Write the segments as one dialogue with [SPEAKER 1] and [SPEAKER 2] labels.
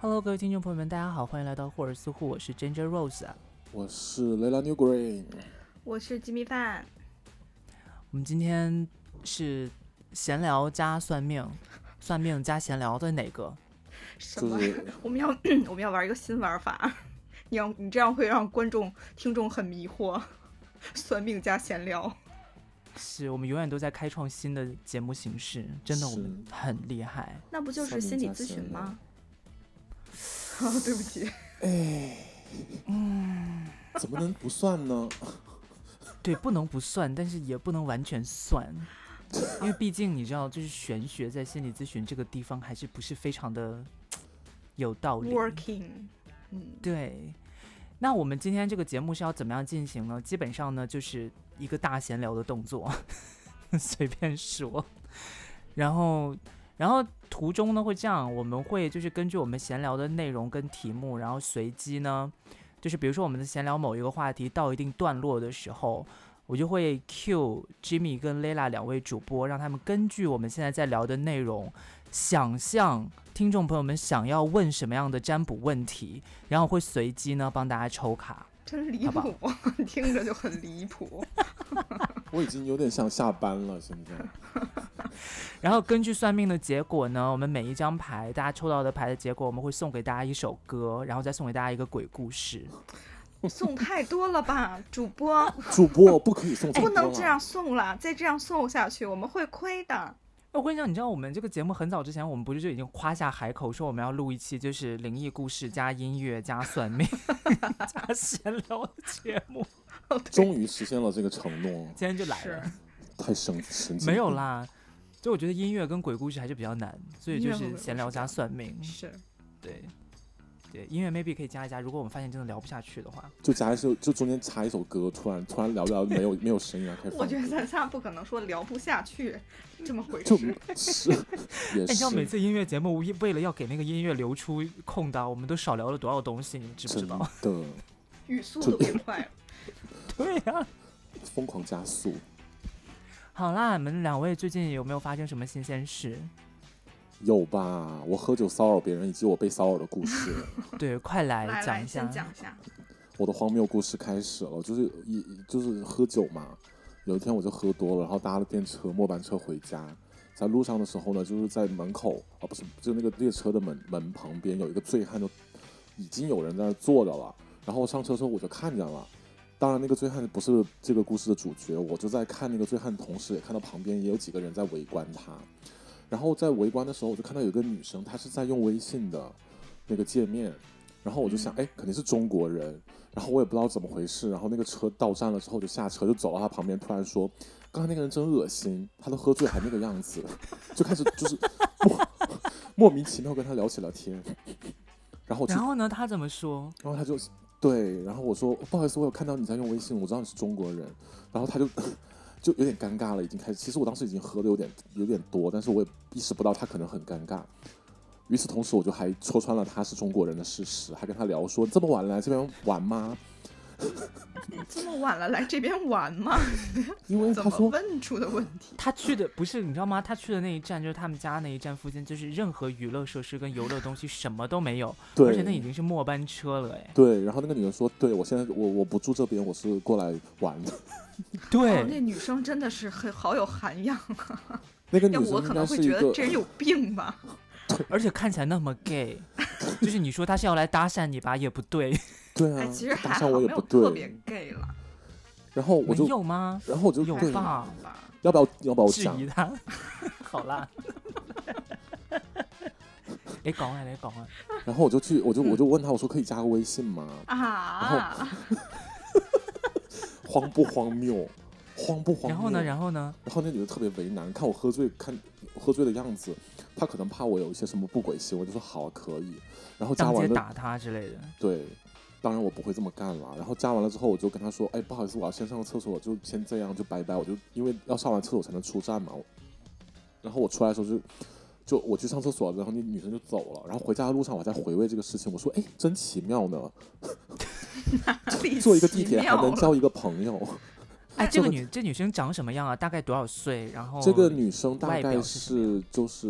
[SPEAKER 1] Hello，各位听众朋友们，大家好，欢迎来到霍尔斯库，我是 Ginger Rose 啊。
[SPEAKER 2] 我是雷拉 New Green，
[SPEAKER 3] 我是吉米饭，
[SPEAKER 1] 我们今天是闲聊加算命，算命加闲聊的哪个？
[SPEAKER 3] 什
[SPEAKER 2] 就
[SPEAKER 3] 么？
[SPEAKER 2] 是
[SPEAKER 3] 我们要 我们要玩一个新玩法，你要你这样会让观众听众很迷惑。 算命加闲聊，
[SPEAKER 1] 是我们永远都在开创新的节目形式，真的我
[SPEAKER 2] 是
[SPEAKER 1] 们很厉害。
[SPEAKER 3] 那不就是
[SPEAKER 2] 算命
[SPEAKER 3] 心理
[SPEAKER 2] 加
[SPEAKER 3] 咨询
[SPEAKER 2] 闲聊
[SPEAKER 3] 吗？啊，对不起，
[SPEAKER 2] 怎么能不算呢？
[SPEAKER 1] 对，不能不算，但是也不能完全算，因为毕竟你知道，就是玄学在心理咨询这个地方还是不是非常的有道理。
[SPEAKER 3] working，嗯，
[SPEAKER 1] 对，那我们今天这个节目是要怎么样进行呢？基本上呢，就是一个大闲聊的动作， 随便说。然后，然后途中呢会这样，我们会就是根据我们闲聊的内容跟题目，然后随机呢，就是比如说我们的闲聊某一个话题到一定段落的时候。我就会 cue Jimmy 跟 Lela 两位主播，让他们根据我们现在在聊的内容，想象听众朋友们想要问什么样的占卜问题，然后会随机呢帮大家抽卡。
[SPEAKER 3] 真离
[SPEAKER 1] 好
[SPEAKER 3] 谱，听着就很离 谱。
[SPEAKER 2] 我已经有点想下班了，现在。
[SPEAKER 1] 然后根据算命的结果呢，我们每一张牌，大家抽到的牌的结果，我们会送给大家一首歌，然后再送给大家一个鬼故事。
[SPEAKER 3] 送太多了吧，主播
[SPEAKER 2] 主播不可以送啊主
[SPEAKER 3] 哎不
[SPEAKER 2] 播
[SPEAKER 3] 能
[SPEAKER 2] 了
[SPEAKER 3] 这样送了，再这样送下去我们会亏的。
[SPEAKER 1] 我跟你讲，你知道我们这个节目很早之前，我们不是就已经夸下海口说我们要录一期就是灵异故事加音乐加算 命加闲聊的节目，
[SPEAKER 3] 哦，对，
[SPEAKER 2] 终于实现了这个承诺，
[SPEAKER 1] 今天就来
[SPEAKER 3] 是
[SPEAKER 1] 了。
[SPEAKER 2] 太神神奇。
[SPEAKER 1] 没有，啦，就我觉得音乐跟鬼故事还是比较难，所以
[SPEAKER 3] 音
[SPEAKER 1] 就
[SPEAKER 3] 乐和鬼
[SPEAKER 1] 是
[SPEAKER 3] 故事
[SPEAKER 1] 闲聊
[SPEAKER 3] 比较
[SPEAKER 1] 加算命。
[SPEAKER 2] 嗯
[SPEAKER 3] 是，
[SPEAKER 1] 对，对，音乐 maybe 可以加一加，如果我们发现真的聊不下去的话。
[SPEAKER 2] 就夹一首，就中间插一首歌，突然突然聊聊没有 没有声音了，啊开始
[SPEAKER 3] 我
[SPEAKER 2] 放
[SPEAKER 3] 觉得
[SPEAKER 2] 歌
[SPEAKER 3] 咱仨不可能说聊不下去，这么回
[SPEAKER 2] 就
[SPEAKER 3] 事。
[SPEAKER 2] 是也
[SPEAKER 1] 哎，你知道每
[SPEAKER 2] 是
[SPEAKER 1] 次音乐节目为为了要给那个音乐留出空档，我们都少聊了多少东西，你知不知
[SPEAKER 2] 真
[SPEAKER 1] 道？
[SPEAKER 2] 的
[SPEAKER 3] 语速都变快了。
[SPEAKER 1] 对呀、
[SPEAKER 2] 疯狂加速。
[SPEAKER 1] 好啦，你们两位最近有没有发生什么新鲜事？
[SPEAKER 2] 有吧？我喝酒骚扰别人，以及我被骚扰的故事，
[SPEAKER 1] 对，快来
[SPEAKER 3] 来
[SPEAKER 1] 讲
[SPEAKER 3] 来，
[SPEAKER 1] 一下。
[SPEAKER 3] 先讲一下。
[SPEAKER 2] 我的荒谬故事开始了。就是一就是喝酒嘛，有一天我就喝多了，然后搭了电车末班车回家，在路上的时候呢，就是在门口啊，不是，就那个列车的门门旁边有一个醉汉，就已经有人在那儿坐着了。然后上车之后我就看见了，当然那个醉汉不是这个故事的主角，我就在看那个醉汉，同时也看到旁边也有几个人在围观他。然后在围观的时候，我就看到有一个女生，她是在用微信的那个界面，然后我就想，哎，肯定是中国人。然后我也不知道怎么回事，然后那个车到站了之后，我就下车就走到他旁边，突然说：“刚才那个人真恶心，他都喝醉还那个样子。”就开始就是莫 莫名其妙跟他聊起了天，然后我就
[SPEAKER 1] 然后呢，他怎么说？
[SPEAKER 2] 然后他就对，然后我说哦不好意思，我有看到你在用微信，我知道你是中国人。然后他就 就有点尴尬了，已经开始。其实我当时已经喝的有点有点多，但是我也意识不到他可能很尴尬。与此同时，我就还戳穿了他是中国人的事实，还跟他聊说这么晚了来这边玩吗？
[SPEAKER 3] 这么晚了，来这边玩 吗？
[SPEAKER 2] 因为
[SPEAKER 3] 怎
[SPEAKER 2] 他
[SPEAKER 3] 么
[SPEAKER 2] 说
[SPEAKER 3] 问出的问题？
[SPEAKER 1] 他去的不是你知道吗？他去的那一站就是他们家那一站附近，就是任何娱乐设施跟游乐东西什么都没有，而且那已
[SPEAKER 2] 对
[SPEAKER 1] 经是末班车了哎。
[SPEAKER 2] 对，然后那个女人说，对我现在我我不住这边，我是过来玩 的。
[SPEAKER 3] 哦，那女生真的是很好有涵养啊！
[SPEAKER 2] 那个女
[SPEAKER 3] 要
[SPEAKER 2] 生
[SPEAKER 3] 不我
[SPEAKER 2] 应
[SPEAKER 3] 可
[SPEAKER 2] 该
[SPEAKER 3] 能会
[SPEAKER 2] 是一
[SPEAKER 3] 觉得
[SPEAKER 2] 个
[SPEAKER 3] 这人有病吧？
[SPEAKER 1] 而且看起来那么 gay，就是 你说他是要来搭讪你吧，也不对，
[SPEAKER 2] 对
[SPEAKER 3] 哎，
[SPEAKER 2] 啊
[SPEAKER 3] 其实，还
[SPEAKER 2] 搭
[SPEAKER 3] 好，
[SPEAKER 2] 上我
[SPEAKER 3] 没
[SPEAKER 2] 也
[SPEAKER 3] 有
[SPEAKER 2] 不
[SPEAKER 3] 特别
[SPEAKER 2] 对。
[SPEAKER 3] gay 了，啊
[SPEAKER 2] 然后我
[SPEAKER 1] 没
[SPEAKER 2] 就
[SPEAKER 1] 有吗？
[SPEAKER 2] 然后我就
[SPEAKER 1] 有
[SPEAKER 2] 对，
[SPEAKER 1] 吧
[SPEAKER 3] 好吧？
[SPEAKER 2] 要不要要不要我
[SPEAKER 1] 质
[SPEAKER 2] 讲
[SPEAKER 1] 疑？他。 好啦，你讲啊，你讲啊，
[SPEAKER 2] 然后我就去，我就
[SPEAKER 1] 嗯
[SPEAKER 2] 我就问他，我说可以加个微 信吗？
[SPEAKER 3] 啊，
[SPEAKER 2] 荒不荒谬？荒不荒谬？
[SPEAKER 1] 然后呢，然后呢，
[SPEAKER 2] 然后那女的特别为难，看我喝醉，看喝醉的样子，她可能怕我有一些什么不轨行为，就说好啊，可以。然后加
[SPEAKER 1] 上街
[SPEAKER 2] 完了，
[SPEAKER 1] 打他之类的。
[SPEAKER 2] 对，当然我不会这么干了。然后加完了之后，我就跟她说，哎，不好意思，我要先上个厕所，就先这样，就拜拜。我就因为要上完厕所才能出站嘛。我然后我出来的时候就。就我去上厕所，然后那女生就走了。然后回家的路上，我还在回味这个事情。我说：“哎，真奇妙呢，坐一个地铁还能交一个朋友。”
[SPEAKER 1] 哎，这
[SPEAKER 2] 这
[SPEAKER 1] 个
[SPEAKER 2] 个
[SPEAKER 1] 女这女生长什么样啊？大概多少岁？然后
[SPEAKER 2] 这个女生
[SPEAKER 1] 哦
[SPEAKER 2] 大
[SPEAKER 1] 外
[SPEAKER 2] 概
[SPEAKER 1] 表是什么
[SPEAKER 2] 是就是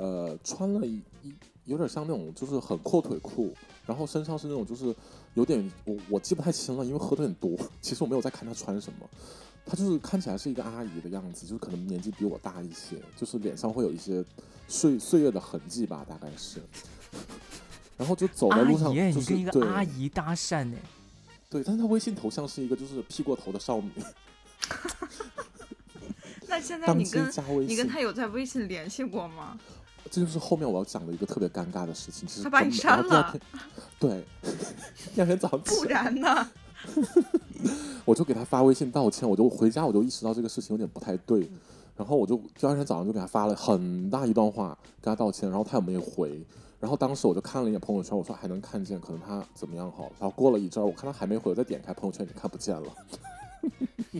[SPEAKER 2] 呃穿了一一有点像那种就是很阔腿裤，然后身上是那种就是有点我我记不太清了，因为喝的很多， 其实我没有在看她穿什么。她就是看起来是一个阿姨的样子，就是可能年纪比我大一些，就是脸上会有一些岁岁月的痕迹吧，大概是。 然后就走在
[SPEAKER 1] 阿
[SPEAKER 2] 路上，
[SPEAKER 1] 姨，哎
[SPEAKER 2] 就
[SPEAKER 1] 你
[SPEAKER 2] 是
[SPEAKER 1] 跟一个
[SPEAKER 2] 对
[SPEAKER 1] 阿姨搭讪哎，
[SPEAKER 2] 对，但是她微信头像是一个就是屁过头的少女，
[SPEAKER 3] 那现在
[SPEAKER 2] 当
[SPEAKER 3] 你
[SPEAKER 2] 街
[SPEAKER 3] 跟
[SPEAKER 2] 加微信，
[SPEAKER 3] 你跟他有在微信联系过吗？
[SPEAKER 2] 这就是后面我要讲的一个特别尴尬的事情。其实
[SPEAKER 3] 他把你
[SPEAKER 2] 根本然后
[SPEAKER 3] 删了
[SPEAKER 2] 第二天。对，第二天早上
[SPEAKER 3] 不
[SPEAKER 2] 起来，
[SPEAKER 3] 然呢？
[SPEAKER 2] 我就给他发微信道歉，我就回家我就意识到这个事情有点不太对，
[SPEAKER 3] 嗯
[SPEAKER 2] 然后我就第二天早上就给他发了很大一段话跟他道歉，然后他也没回。然后当时我就看了一眼朋友圈，我说还能看见，可能他怎么样好。然后过了一阵儿，我看他还没回，我再点开朋友圈也看不见了，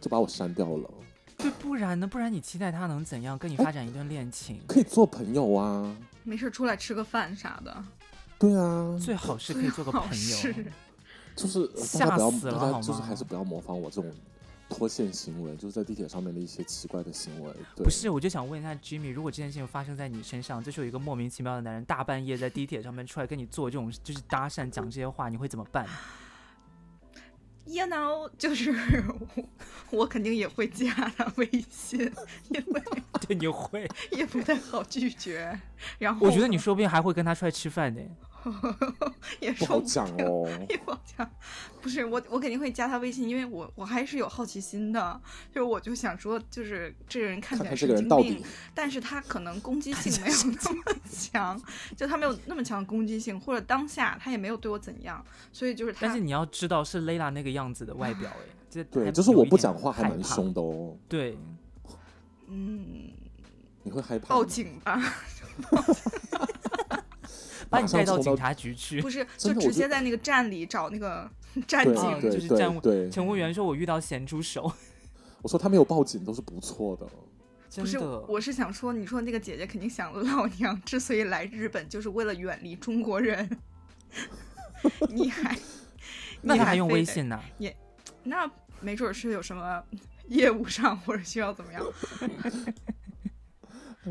[SPEAKER 2] 就把我删掉了。
[SPEAKER 1] 对，不然呢？不然你期待他能怎样
[SPEAKER 2] 哎
[SPEAKER 1] 跟你发展一段恋情？
[SPEAKER 2] 可以做朋友啊，
[SPEAKER 3] 没事，出来吃个饭啥的。
[SPEAKER 2] 对啊，
[SPEAKER 1] 最好是可以做个朋
[SPEAKER 3] 好事
[SPEAKER 1] 友。
[SPEAKER 2] 就是呃
[SPEAKER 1] 吓
[SPEAKER 2] 大家不要，
[SPEAKER 1] 死了
[SPEAKER 2] 大
[SPEAKER 1] 好
[SPEAKER 2] 家就是
[SPEAKER 1] 吗
[SPEAKER 2] 还是不要模仿我这种脱线行为，就是在地铁上面的一些奇怪的行为。对
[SPEAKER 1] 不是，我就想问一下 Jimmy，如果这件事情发生在你身上，就是有一个莫名其妙的男人大半夜在地铁上面出来跟你做这种就是搭讪讲这些话，你会怎么办？
[SPEAKER 3] You know，就是 我我肯定也会加他微信， 因为
[SPEAKER 1] 对，你会？
[SPEAKER 3] 也不太好拒绝。然后
[SPEAKER 1] 我觉得你
[SPEAKER 2] 哦
[SPEAKER 1] 说不定还会跟他出来吃饭呢。
[SPEAKER 3] 也
[SPEAKER 2] 不
[SPEAKER 3] 说
[SPEAKER 2] 好
[SPEAKER 3] 不
[SPEAKER 2] 讲
[SPEAKER 3] 定
[SPEAKER 2] 哦。
[SPEAKER 3] 也不好讲，不是我，我肯定会加他微信，因为我我还是有好奇心的，就是我就想说，就是这人
[SPEAKER 2] 看
[SPEAKER 3] 看起来
[SPEAKER 2] 看这
[SPEAKER 3] 神
[SPEAKER 2] 个人
[SPEAKER 3] 经
[SPEAKER 2] 到
[SPEAKER 3] 病，
[SPEAKER 2] 底，
[SPEAKER 3] 但是他可能攻击性没有那么 强，就他没有那么强的攻击性，或者当下他也没有对我怎样，所以就是他，
[SPEAKER 1] 但是你要知道是 Layla 那个样子的外表，哎，这
[SPEAKER 2] 啊对，
[SPEAKER 1] 还
[SPEAKER 2] 就是
[SPEAKER 1] 有
[SPEAKER 2] 我
[SPEAKER 1] 一
[SPEAKER 2] 不
[SPEAKER 1] 点
[SPEAKER 2] 讲话还
[SPEAKER 1] 害
[SPEAKER 2] 蛮
[SPEAKER 1] 怕。
[SPEAKER 2] 凶的哦。
[SPEAKER 1] 对，
[SPEAKER 3] 嗯，
[SPEAKER 2] 你会害怕吗？
[SPEAKER 3] 报警吧，
[SPEAKER 1] 把
[SPEAKER 2] 马
[SPEAKER 1] 你
[SPEAKER 2] 上
[SPEAKER 1] 带到
[SPEAKER 2] 冲
[SPEAKER 1] 警
[SPEAKER 2] 到
[SPEAKER 1] 察局去
[SPEAKER 3] 不。是，就
[SPEAKER 2] 真的我
[SPEAKER 3] 直
[SPEAKER 2] 觉
[SPEAKER 3] 接
[SPEAKER 2] 得
[SPEAKER 3] 在那个站里找那个 站
[SPEAKER 2] 对
[SPEAKER 1] 啊
[SPEAKER 3] 警，
[SPEAKER 1] 就
[SPEAKER 2] 对
[SPEAKER 1] 是站务
[SPEAKER 2] 对对，
[SPEAKER 1] 乘务员说：“我遇到咸猪手。
[SPEAKER 2] 我说他没有报警都是不错的。”
[SPEAKER 1] 真
[SPEAKER 3] 不是，
[SPEAKER 1] 的，
[SPEAKER 3] 我是想说，你说那个姐姐肯定想，老娘之所以来日本，就是为了远离中国人。 你 还，
[SPEAKER 1] 那
[SPEAKER 3] 你
[SPEAKER 1] 你还用
[SPEAKER 3] 非
[SPEAKER 1] 微
[SPEAKER 3] 得？
[SPEAKER 1] 信呢？
[SPEAKER 3] 那没准是有什么 业务上或者需要怎么样。
[SPEAKER 2] 哎呦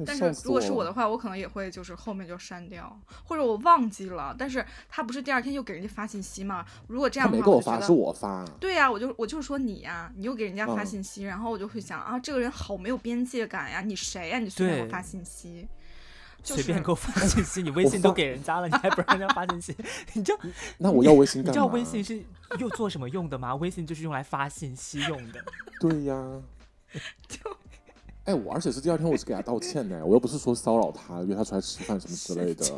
[SPEAKER 3] 但
[SPEAKER 2] 笑
[SPEAKER 3] 是
[SPEAKER 2] 死
[SPEAKER 3] 如果是我
[SPEAKER 2] 了
[SPEAKER 3] 的话，我可能也会就是后面就删掉，或者我忘记了。但是他不是第二天又给人家发信息嘛？如果这
[SPEAKER 2] 他
[SPEAKER 3] 样的
[SPEAKER 2] 没
[SPEAKER 3] 话，
[SPEAKER 2] 给我
[SPEAKER 3] 就觉
[SPEAKER 2] 发，
[SPEAKER 3] 得
[SPEAKER 2] 是我发。
[SPEAKER 3] 对呀、我就我就说你呀、你又给人家发
[SPEAKER 2] 嗯
[SPEAKER 3] 信息，然后我就会想啊，这个人好没有边界感呀、你谁呀、你随便给我
[SPEAKER 1] 对
[SPEAKER 3] 发信息，就
[SPEAKER 1] 随便
[SPEAKER 3] 是
[SPEAKER 1] 给我发信息，你微
[SPEAKER 2] 我
[SPEAKER 1] 信都
[SPEAKER 2] 发
[SPEAKER 1] 给人家了，你还不让人家发信息？ 你 知道
[SPEAKER 2] 那我要微信
[SPEAKER 1] 你
[SPEAKER 2] 干
[SPEAKER 1] 知
[SPEAKER 2] 嘛？啊
[SPEAKER 1] 道微信是又做什么用的吗？微信就是用来发信息用的。
[SPEAKER 2] 对 呀。哎，我而且是第二天，我是给他道歉的，我又不是说骚扰他，约他出来吃饭什么之类的。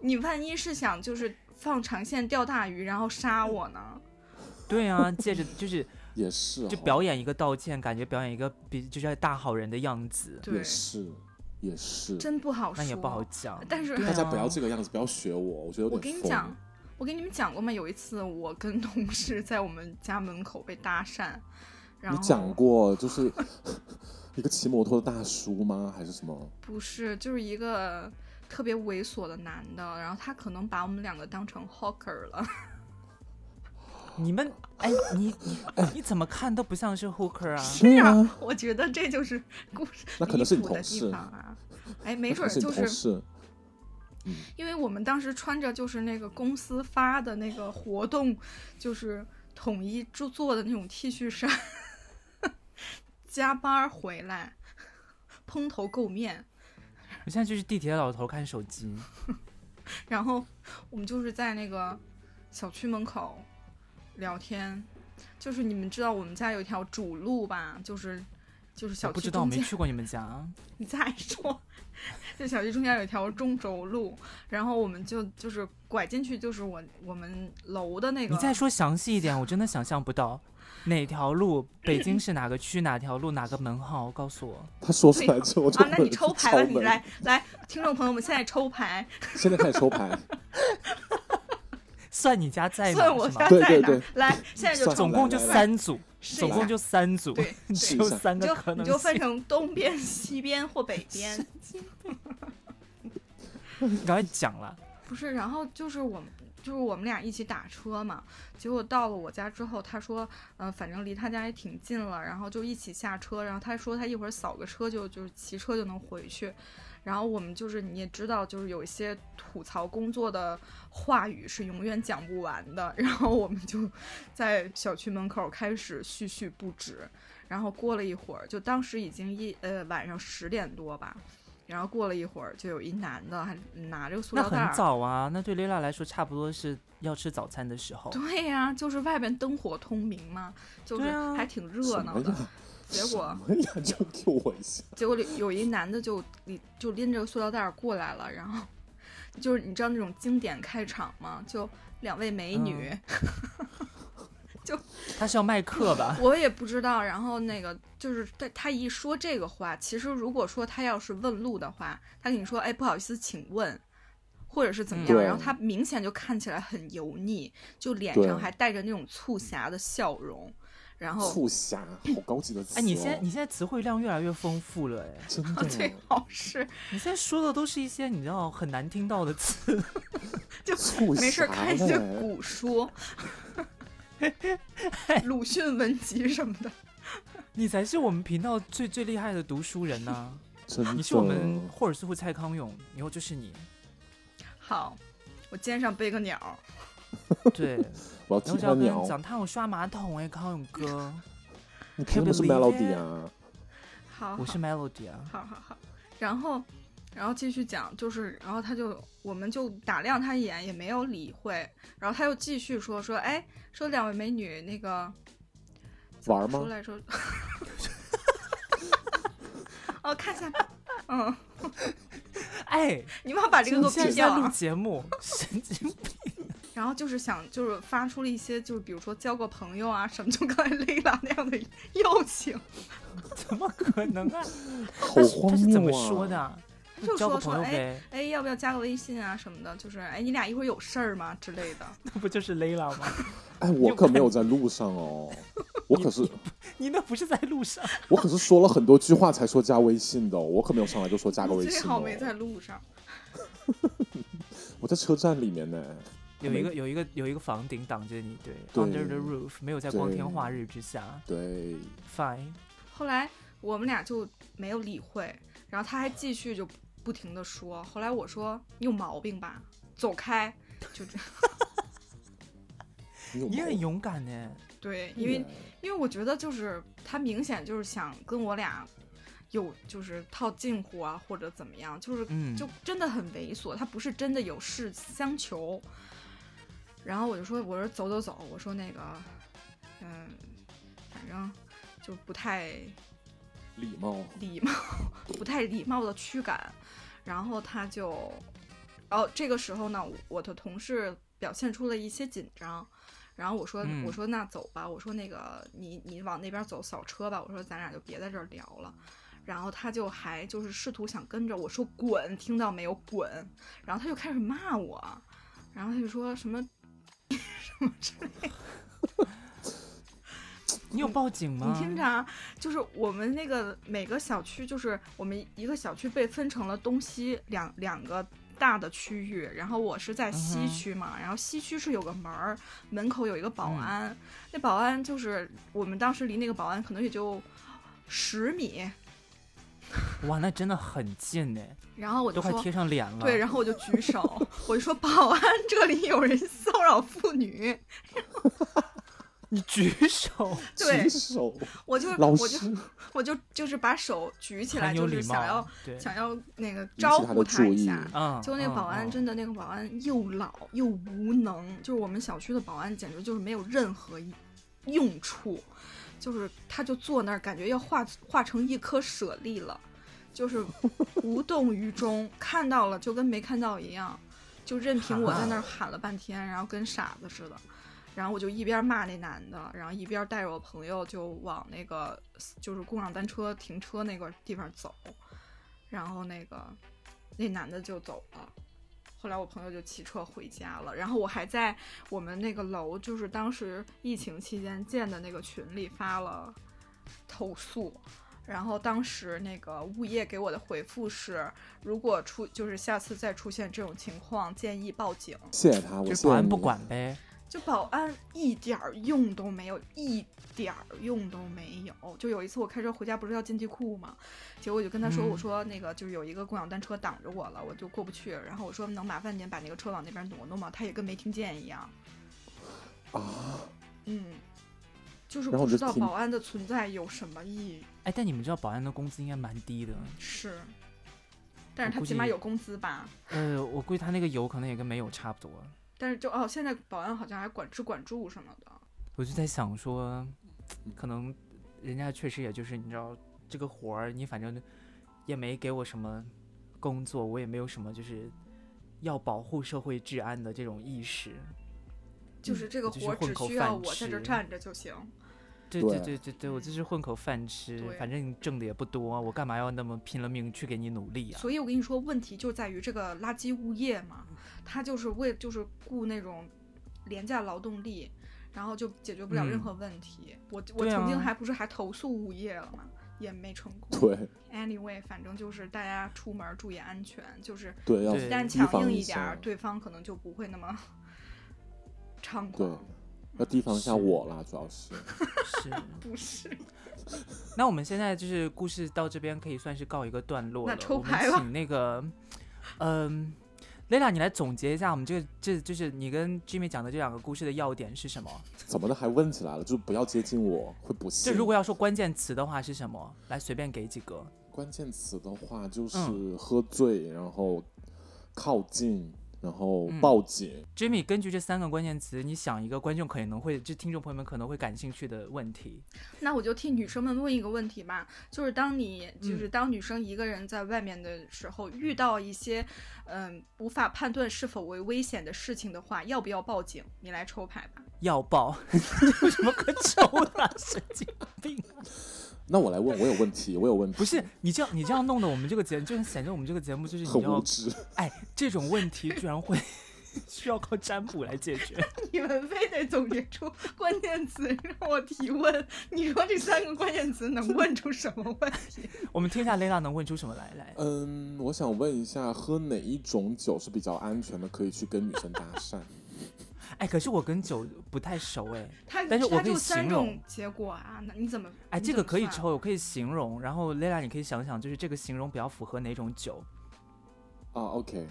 [SPEAKER 3] 你万一是想就是放长线钓大鱼，然后
[SPEAKER 2] 嗯
[SPEAKER 3] 杀我呢？
[SPEAKER 1] 对啊，借着 就是
[SPEAKER 2] 也是，
[SPEAKER 1] 就表演一个道歉，感觉表演一个比就是要大好人的样子，
[SPEAKER 3] 对
[SPEAKER 2] 也，是，也是。
[SPEAKER 3] 真不好说，
[SPEAKER 1] 那也不好讲。
[SPEAKER 3] 但是
[SPEAKER 1] 对
[SPEAKER 2] 大家不
[SPEAKER 1] 啊
[SPEAKER 2] 要这个样子，不要学我，我觉得有
[SPEAKER 3] 我
[SPEAKER 2] 点
[SPEAKER 3] 跟你
[SPEAKER 2] 疯
[SPEAKER 3] 讲，我跟你们讲过吗？有一次我跟同事在我们家门口被搭讪，然
[SPEAKER 2] 嗯你
[SPEAKER 3] 后
[SPEAKER 2] 讲过就是 一个骑摩托的大叔吗？还是什么？
[SPEAKER 3] 不是就是一个特别猥琐的男的，然后他可能把我们两个当成 hawker 了，
[SPEAKER 1] 你们哎，你 你你怎么看都不像是 hooker 啊。
[SPEAKER 2] 对啊，
[SPEAKER 3] 我觉得这就是故事
[SPEAKER 2] 那可
[SPEAKER 3] 离
[SPEAKER 2] 能是你
[SPEAKER 3] 谱
[SPEAKER 2] 同
[SPEAKER 3] 的地
[SPEAKER 2] 事
[SPEAKER 3] 方啊。哎，没
[SPEAKER 2] 那可
[SPEAKER 3] 准儿
[SPEAKER 2] 能是你
[SPEAKER 3] 就
[SPEAKER 2] 同
[SPEAKER 3] 是
[SPEAKER 2] 事。
[SPEAKER 3] 因为我们当时穿着就是那个公司发的那个活动，就是统一制作的那种 T 恤衫， 加班儿回来，蓬头垢面，
[SPEAKER 1] 我现在就是地铁老头看手机，
[SPEAKER 3] 然后我们就是在那个小区门口聊天，就是你们知道我们家有一条主路吧，就是就是
[SPEAKER 1] 我
[SPEAKER 3] 小
[SPEAKER 1] 不
[SPEAKER 3] 区
[SPEAKER 1] 知道，
[SPEAKER 3] 中
[SPEAKER 1] 没
[SPEAKER 3] 间，
[SPEAKER 1] 去过你们家。啊
[SPEAKER 3] 你再说， 就小区中间有一条中轴路，然后我们就就是拐进去，就是我我们楼的那个，
[SPEAKER 1] 你再说详细一点，我真的想象不到哪条路，北京是哪个区，哪条路，哪个门号，告诉我。
[SPEAKER 2] 他说出来之后，我 就
[SPEAKER 3] 啊，那
[SPEAKER 2] 会
[SPEAKER 3] 你抽牌吧，
[SPEAKER 2] 敲
[SPEAKER 3] 你
[SPEAKER 2] 门
[SPEAKER 3] 来，来，听众朋友们现在抽牌，
[SPEAKER 2] 现在开始抽 牌，哎
[SPEAKER 1] 算你家在吗？
[SPEAKER 3] 算我
[SPEAKER 1] 是
[SPEAKER 3] 家
[SPEAKER 1] 吗
[SPEAKER 2] 对
[SPEAKER 3] 在
[SPEAKER 2] 对
[SPEAKER 3] 哪
[SPEAKER 2] 对
[SPEAKER 3] 儿，来，现在就
[SPEAKER 2] 算
[SPEAKER 3] 抽
[SPEAKER 1] 总共就
[SPEAKER 2] 来来来
[SPEAKER 1] 三组，
[SPEAKER 3] 试一
[SPEAKER 1] 总共
[SPEAKER 3] 下
[SPEAKER 1] 就三组，
[SPEAKER 3] 对。
[SPEAKER 2] 试
[SPEAKER 1] 只
[SPEAKER 2] 一
[SPEAKER 1] 有
[SPEAKER 2] 下
[SPEAKER 1] 三
[SPEAKER 3] 你
[SPEAKER 1] 个
[SPEAKER 3] 就
[SPEAKER 1] 可
[SPEAKER 3] 你
[SPEAKER 1] 能
[SPEAKER 3] 就
[SPEAKER 1] 性
[SPEAKER 3] 分。成东边、西边或北边，
[SPEAKER 1] 赶快讲了，
[SPEAKER 3] 不是，然后就是我们就是我们俩一起打车嘛，结果到了我家之后，他说，嗯、反正离他家也挺近了，然后就一起下车，然后他说他一会儿扫个车就就是骑车就能回去，然后我们就是你也知道，就是有一些吐槽工作的话语是永远讲不完的， 然后我们就在小区门口开始絮絮不止，然后过了一会儿，就当时已经一呃晚上十点多吧。然后过了一会儿，就有一男的还拿着个塑
[SPEAKER 1] 那
[SPEAKER 3] 料袋儿，
[SPEAKER 1] 很早啊，那对 Lila 来说差不多是要吃早餐的时候。
[SPEAKER 3] 对呀、就是外边灯火通明嘛，就
[SPEAKER 1] 对
[SPEAKER 3] 是
[SPEAKER 1] 啊
[SPEAKER 3] 还挺热
[SPEAKER 2] 什
[SPEAKER 3] 闹
[SPEAKER 2] 么
[SPEAKER 3] 的。
[SPEAKER 2] 呀？
[SPEAKER 3] 结果
[SPEAKER 2] 什么呀？就 Q 我一下，
[SPEAKER 3] 结果里有一男的就里就拎着个塑料袋儿过来了，然后就是你知道那种经典开场吗？就两位美女，
[SPEAKER 2] 嗯
[SPEAKER 1] 他是要卖课 吧？
[SPEAKER 3] 我也不知道。然后那个就是他他一说这个话，其实如果说他要是问路的话，他跟你说哎不好意思，请问。或者是怎么样，
[SPEAKER 2] 嗯
[SPEAKER 3] 然后他明显就看起来很油腻，就脸
[SPEAKER 2] 对
[SPEAKER 3] 上还带着那种促狭的笑容，然后
[SPEAKER 2] 促狭，好高级的词、哦。
[SPEAKER 1] 哎，你现在你现在词汇量越来越丰富了，哎，
[SPEAKER 2] 真
[SPEAKER 3] 啊，最
[SPEAKER 2] 的
[SPEAKER 3] 好是
[SPEAKER 1] 你现在说的都是一些你知道很难听到的词，
[SPEAKER 3] 就
[SPEAKER 2] 促狭哎
[SPEAKER 3] 没事儿看一
[SPEAKER 1] 哎
[SPEAKER 3] 些
[SPEAKER 2] 嘞
[SPEAKER 3] 古书，鲁迅文集什么的。
[SPEAKER 1] 你才是我们频道最最厉害的读书人呐、
[SPEAKER 2] 真的，
[SPEAKER 1] 你是我们霍尔斯和蔡康永，以后就是 你。
[SPEAKER 3] 好，我肩上背个鸟儿，
[SPEAKER 1] 对，
[SPEAKER 2] 我要
[SPEAKER 1] 然
[SPEAKER 2] 替
[SPEAKER 1] 后就
[SPEAKER 2] 他
[SPEAKER 1] 要跟
[SPEAKER 2] 鸟
[SPEAKER 1] 人，讲他有刷马桶哎、康永哥，
[SPEAKER 2] 你凭什么是
[SPEAKER 1] Can't believe
[SPEAKER 2] melody 啊？
[SPEAKER 3] 好，
[SPEAKER 1] 我是 Melody 啊，
[SPEAKER 3] 好好好，然后。然后继续讲，就是，然后他就，我们就打量他一眼，也没有理会。然后他又继续说说，哎，说两位美女那个
[SPEAKER 2] 玩儿
[SPEAKER 3] 出
[SPEAKER 2] 吗？
[SPEAKER 3] 来说， 哦，看一下，嗯，
[SPEAKER 1] 哎，
[SPEAKER 3] 你们要把这个给我
[SPEAKER 1] 现在
[SPEAKER 3] 毙
[SPEAKER 1] 是在
[SPEAKER 3] 掉啊
[SPEAKER 1] 录！节目，神经病。
[SPEAKER 3] 然后就是想，就是发出了一些，就是比如说交个朋友啊什么，就刚才 Lila 那样的邀请，
[SPEAKER 1] 怎么可能啊？
[SPEAKER 2] 好
[SPEAKER 1] 他是
[SPEAKER 2] 荒
[SPEAKER 1] 他是怎么
[SPEAKER 2] 谬啊！
[SPEAKER 1] 说的啊？
[SPEAKER 3] 就
[SPEAKER 1] 交个
[SPEAKER 3] 说说，
[SPEAKER 1] 朋友
[SPEAKER 3] 哎
[SPEAKER 1] 呗，
[SPEAKER 3] 哎，要不要加个微信啊什么的，就是哎，你俩一会儿有事儿吗之类的。
[SPEAKER 1] 那不就是 Layla 吗？
[SPEAKER 2] 哎，我可没有在路上 哦，我可是
[SPEAKER 1] 你那不是在路上？
[SPEAKER 2] 我可是说了很多句话才说加微信的哦、我可没有上来就说 加个微
[SPEAKER 3] 你
[SPEAKER 2] 信、
[SPEAKER 3] 最
[SPEAKER 2] 哦。
[SPEAKER 3] 好没在路上。
[SPEAKER 2] 我在车站里面呢。
[SPEAKER 1] 有一个有一个有一个房顶挡着你，对
[SPEAKER 2] 对
[SPEAKER 1] u n d e r the roof，没有在光天化日之下
[SPEAKER 2] 对，
[SPEAKER 1] ，fine。
[SPEAKER 3] 后来我们俩就没有理会，然后他还继续就不停的说。后来我说你有毛病吧，走开，就这。
[SPEAKER 2] 你有
[SPEAKER 1] 你
[SPEAKER 2] 毛
[SPEAKER 1] 很
[SPEAKER 2] 病
[SPEAKER 1] 勇敢
[SPEAKER 3] 嗯
[SPEAKER 1] 呢，
[SPEAKER 3] 对，因为
[SPEAKER 2] 哎
[SPEAKER 3] 因为我觉得就是他明显就是想跟我俩有就是套近乎啊，或者怎么样，就是
[SPEAKER 1] 嗯，
[SPEAKER 3] 就真的很猥琐，他不是真的有事相求。然后我就说，我说走走走，我说那个，嗯，反正就不太
[SPEAKER 2] 礼貌，
[SPEAKER 3] 礼貌， 不太礼貌的驱赶。然后他就，哦，这个时候呢，我的同事表现出了一些紧张。然后我说，
[SPEAKER 1] 嗯
[SPEAKER 3] 我说那走吧，我说那个你你往那边走扫车吧，我说咱俩就别在这儿聊了。然后他就还就是试图想跟着我说滚，听到没有滚，然后他就开始骂我，然后他就说什么什么之类的
[SPEAKER 1] 你有报警吗？
[SPEAKER 3] 你听着，啊，就是我们那个每个小区，就是我们一个小区被分成了东西两两个大的区域，然后我是在西
[SPEAKER 1] 嗯哼
[SPEAKER 3] 区嘛，然后西区是有个门儿，门口有一个保
[SPEAKER 1] 嗯
[SPEAKER 3] 安，那保安就是我们当时离那个保安可能也就十米，
[SPEAKER 1] 哇，那真的很近呢，
[SPEAKER 3] 然后我
[SPEAKER 1] 都
[SPEAKER 3] 就
[SPEAKER 1] 快
[SPEAKER 3] 说
[SPEAKER 1] 贴上脸了。
[SPEAKER 3] 对，然后我就举手，我就说保安这里有人骚扰妇女，
[SPEAKER 1] 你举手，
[SPEAKER 3] 对
[SPEAKER 2] 举手，
[SPEAKER 3] 我就
[SPEAKER 2] 哦老
[SPEAKER 3] 我就
[SPEAKER 2] 师
[SPEAKER 3] 我就就是把手举起来，
[SPEAKER 1] 很有
[SPEAKER 3] 啊就是
[SPEAKER 1] 礼
[SPEAKER 3] 想要
[SPEAKER 1] 貌。对，
[SPEAKER 3] 想要那个
[SPEAKER 2] 引
[SPEAKER 3] 招
[SPEAKER 2] 起他
[SPEAKER 3] 呼
[SPEAKER 2] 的
[SPEAKER 3] 他
[SPEAKER 2] 注
[SPEAKER 3] 一
[SPEAKER 2] 意
[SPEAKER 3] 下。
[SPEAKER 1] 嗯，
[SPEAKER 3] 结果那个保安
[SPEAKER 1] 嗯
[SPEAKER 3] 真的，那个保安又老又无能，就是我们小区的保安简直就是没有任何用处，就是他就坐那儿，感觉要化化成一颗舍利了，就是无动于衷，看到了就跟没看到一样，就任凭我在那儿喊了半天，然后跟傻子似的。然后我就一边骂那男的，然后一边带着我朋友就往那个就是共享单车停车那个地方走，然后那个那男的就走了。后来我朋友就骑车回家了，然后我还在我们那个楼，就是当时疫情期间建的那个群里发了投诉，然后当时那个物业给我的回复是，如果出就是下次再出现这种情况，建议报警。
[SPEAKER 2] 谢谢他，我
[SPEAKER 1] 就
[SPEAKER 2] 谢
[SPEAKER 1] 保
[SPEAKER 2] 谢
[SPEAKER 1] 安
[SPEAKER 2] 你
[SPEAKER 1] 不管呗。
[SPEAKER 3] 就保安一点儿用都没有，一点儿用都没有。就有一次我开车回家，不是要进地库吗？结果我就跟他说，
[SPEAKER 1] 嗯
[SPEAKER 3] 我说那个就是有一个共享单车挡着我了，我就过不去。然后我说能麻烦您把那个车往那边挪挪吗？他也跟没听见一样。
[SPEAKER 2] 啊！
[SPEAKER 3] 嗯，就是
[SPEAKER 2] 然后我
[SPEAKER 3] 不知
[SPEAKER 2] 就
[SPEAKER 3] 道
[SPEAKER 2] 听
[SPEAKER 3] 保安的存在有什么意
[SPEAKER 1] 哎，但你们知道保安的工资应该蛮低的，
[SPEAKER 3] 是，但是
[SPEAKER 1] 我
[SPEAKER 3] 他
[SPEAKER 1] 估
[SPEAKER 3] 起码
[SPEAKER 1] 计
[SPEAKER 3] 有工资吧？
[SPEAKER 1] 呃，我估计他那个油可能也跟没有差不多。
[SPEAKER 3] 但是就哦，现在保安好像还管吃管住什么的。
[SPEAKER 1] 我就在想说，可能人家确实也就是你知道这个活儿，你反正也没给我什么工作，我也没有什么就是要保护社会治安的这种意识。
[SPEAKER 3] 就是这个
[SPEAKER 1] 嗯就是
[SPEAKER 3] 活儿
[SPEAKER 1] 混
[SPEAKER 3] 只
[SPEAKER 1] 口
[SPEAKER 3] 需要
[SPEAKER 1] 饭
[SPEAKER 3] 我在这儿
[SPEAKER 1] 吃
[SPEAKER 3] 站着就行。
[SPEAKER 1] 对
[SPEAKER 2] 对
[SPEAKER 1] 对对对对，我就是混口饭吃
[SPEAKER 3] 对，
[SPEAKER 1] 反正挣的也不多，我干嘛要那么拼了命去给你努力啊？
[SPEAKER 3] 所以我跟你说，问题就在于这个垃圾物业嘛，它就是为就是雇那种廉价劳动力，然后就解决不了任
[SPEAKER 1] 嗯
[SPEAKER 3] 何问题。我我
[SPEAKER 1] 对啊
[SPEAKER 3] 曾经还不是还投诉物业了嘛，也没成 功。
[SPEAKER 2] 对
[SPEAKER 3] Anyway，反正就是大家出门注意安全，就是
[SPEAKER 2] 对，要
[SPEAKER 1] 对
[SPEAKER 3] 鸡蛋
[SPEAKER 2] 提
[SPEAKER 3] 强
[SPEAKER 2] 防
[SPEAKER 3] 硬
[SPEAKER 2] 一
[SPEAKER 3] 一点
[SPEAKER 2] 下
[SPEAKER 3] 儿，对方可能就不会那么 猖
[SPEAKER 2] 对
[SPEAKER 3] 狂。
[SPEAKER 2] 要提防一下
[SPEAKER 1] 是
[SPEAKER 2] 我啦，主要是
[SPEAKER 1] 是。
[SPEAKER 3] 不是，
[SPEAKER 1] 那我们现在就是故事到这边可以算是告一个段落
[SPEAKER 3] 那
[SPEAKER 1] 了。
[SPEAKER 3] 抽
[SPEAKER 1] 我们
[SPEAKER 3] 牌吧
[SPEAKER 1] 请那个，嗯、雷 l 你来总结一下我们这个这就是你跟 Jimmy 讲的这两个故事的要点是什么？
[SPEAKER 2] 怎么的还问起来了，就是不要接近我，会不
[SPEAKER 1] 就
[SPEAKER 2] 信。
[SPEAKER 1] 如果要说关键词的话是什么？来随便给几个。
[SPEAKER 2] 关键词的话，
[SPEAKER 1] 嗯
[SPEAKER 2] 就是喝醉，然后靠近，然后
[SPEAKER 1] 嗯
[SPEAKER 2] 报警。
[SPEAKER 1] Jimmy 根据这三个关键词，你想一个观众可能会，就听众朋友们可能会感兴趣的问题。
[SPEAKER 3] 那我就替女生们问一个问题吧，就是当你就是当女生一个人在外面的时候，遇到一些嗯无法判断是否为危险的事情的话，要不要报警？你来抽牌吧。
[SPEAKER 1] 要爆， 有什么可抽的啊、神经病！
[SPEAKER 2] 那我来问，我有问题，我有问题，
[SPEAKER 1] 不是你这样，你这样弄得我们这个节，就是显得我们这个节目就是你
[SPEAKER 2] 很无
[SPEAKER 1] 要
[SPEAKER 2] 知。
[SPEAKER 1] 哎，这种问题居然会需要靠占卜来解决。
[SPEAKER 3] 你们非得总结出关键词让我提问，你说这三个关键词能问出什么问 题？
[SPEAKER 1] 我们听一下 Lila 能问出什么来来。
[SPEAKER 2] 嗯，我想问一下，喝哪一种酒是比较安全的？可以去跟女生搭讪。
[SPEAKER 1] 哎，可是我跟酒不太熟哎。
[SPEAKER 3] 他
[SPEAKER 1] 但是我
[SPEAKER 3] 他
[SPEAKER 1] 可以
[SPEAKER 3] 就三
[SPEAKER 1] 形
[SPEAKER 3] 种
[SPEAKER 1] 容
[SPEAKER 3] 结果啊，那你怎么？
[SPEAKER 1] 哎，
[SPEAKER 3] 你
[SPEAKER 1] 这
[SPEAKER 3] 怎
[SPEAKER 1] 个
[SPEAKER 3] 么
[SPEAKER 1] 可以
[SPEAKER 3] 算啊
[SPEAKER 1] 抽，我可以形容。然后 Lila，你可以想想，就是这个形容比较符合哪种酒，
[SPEAKER 2] 啊，OK，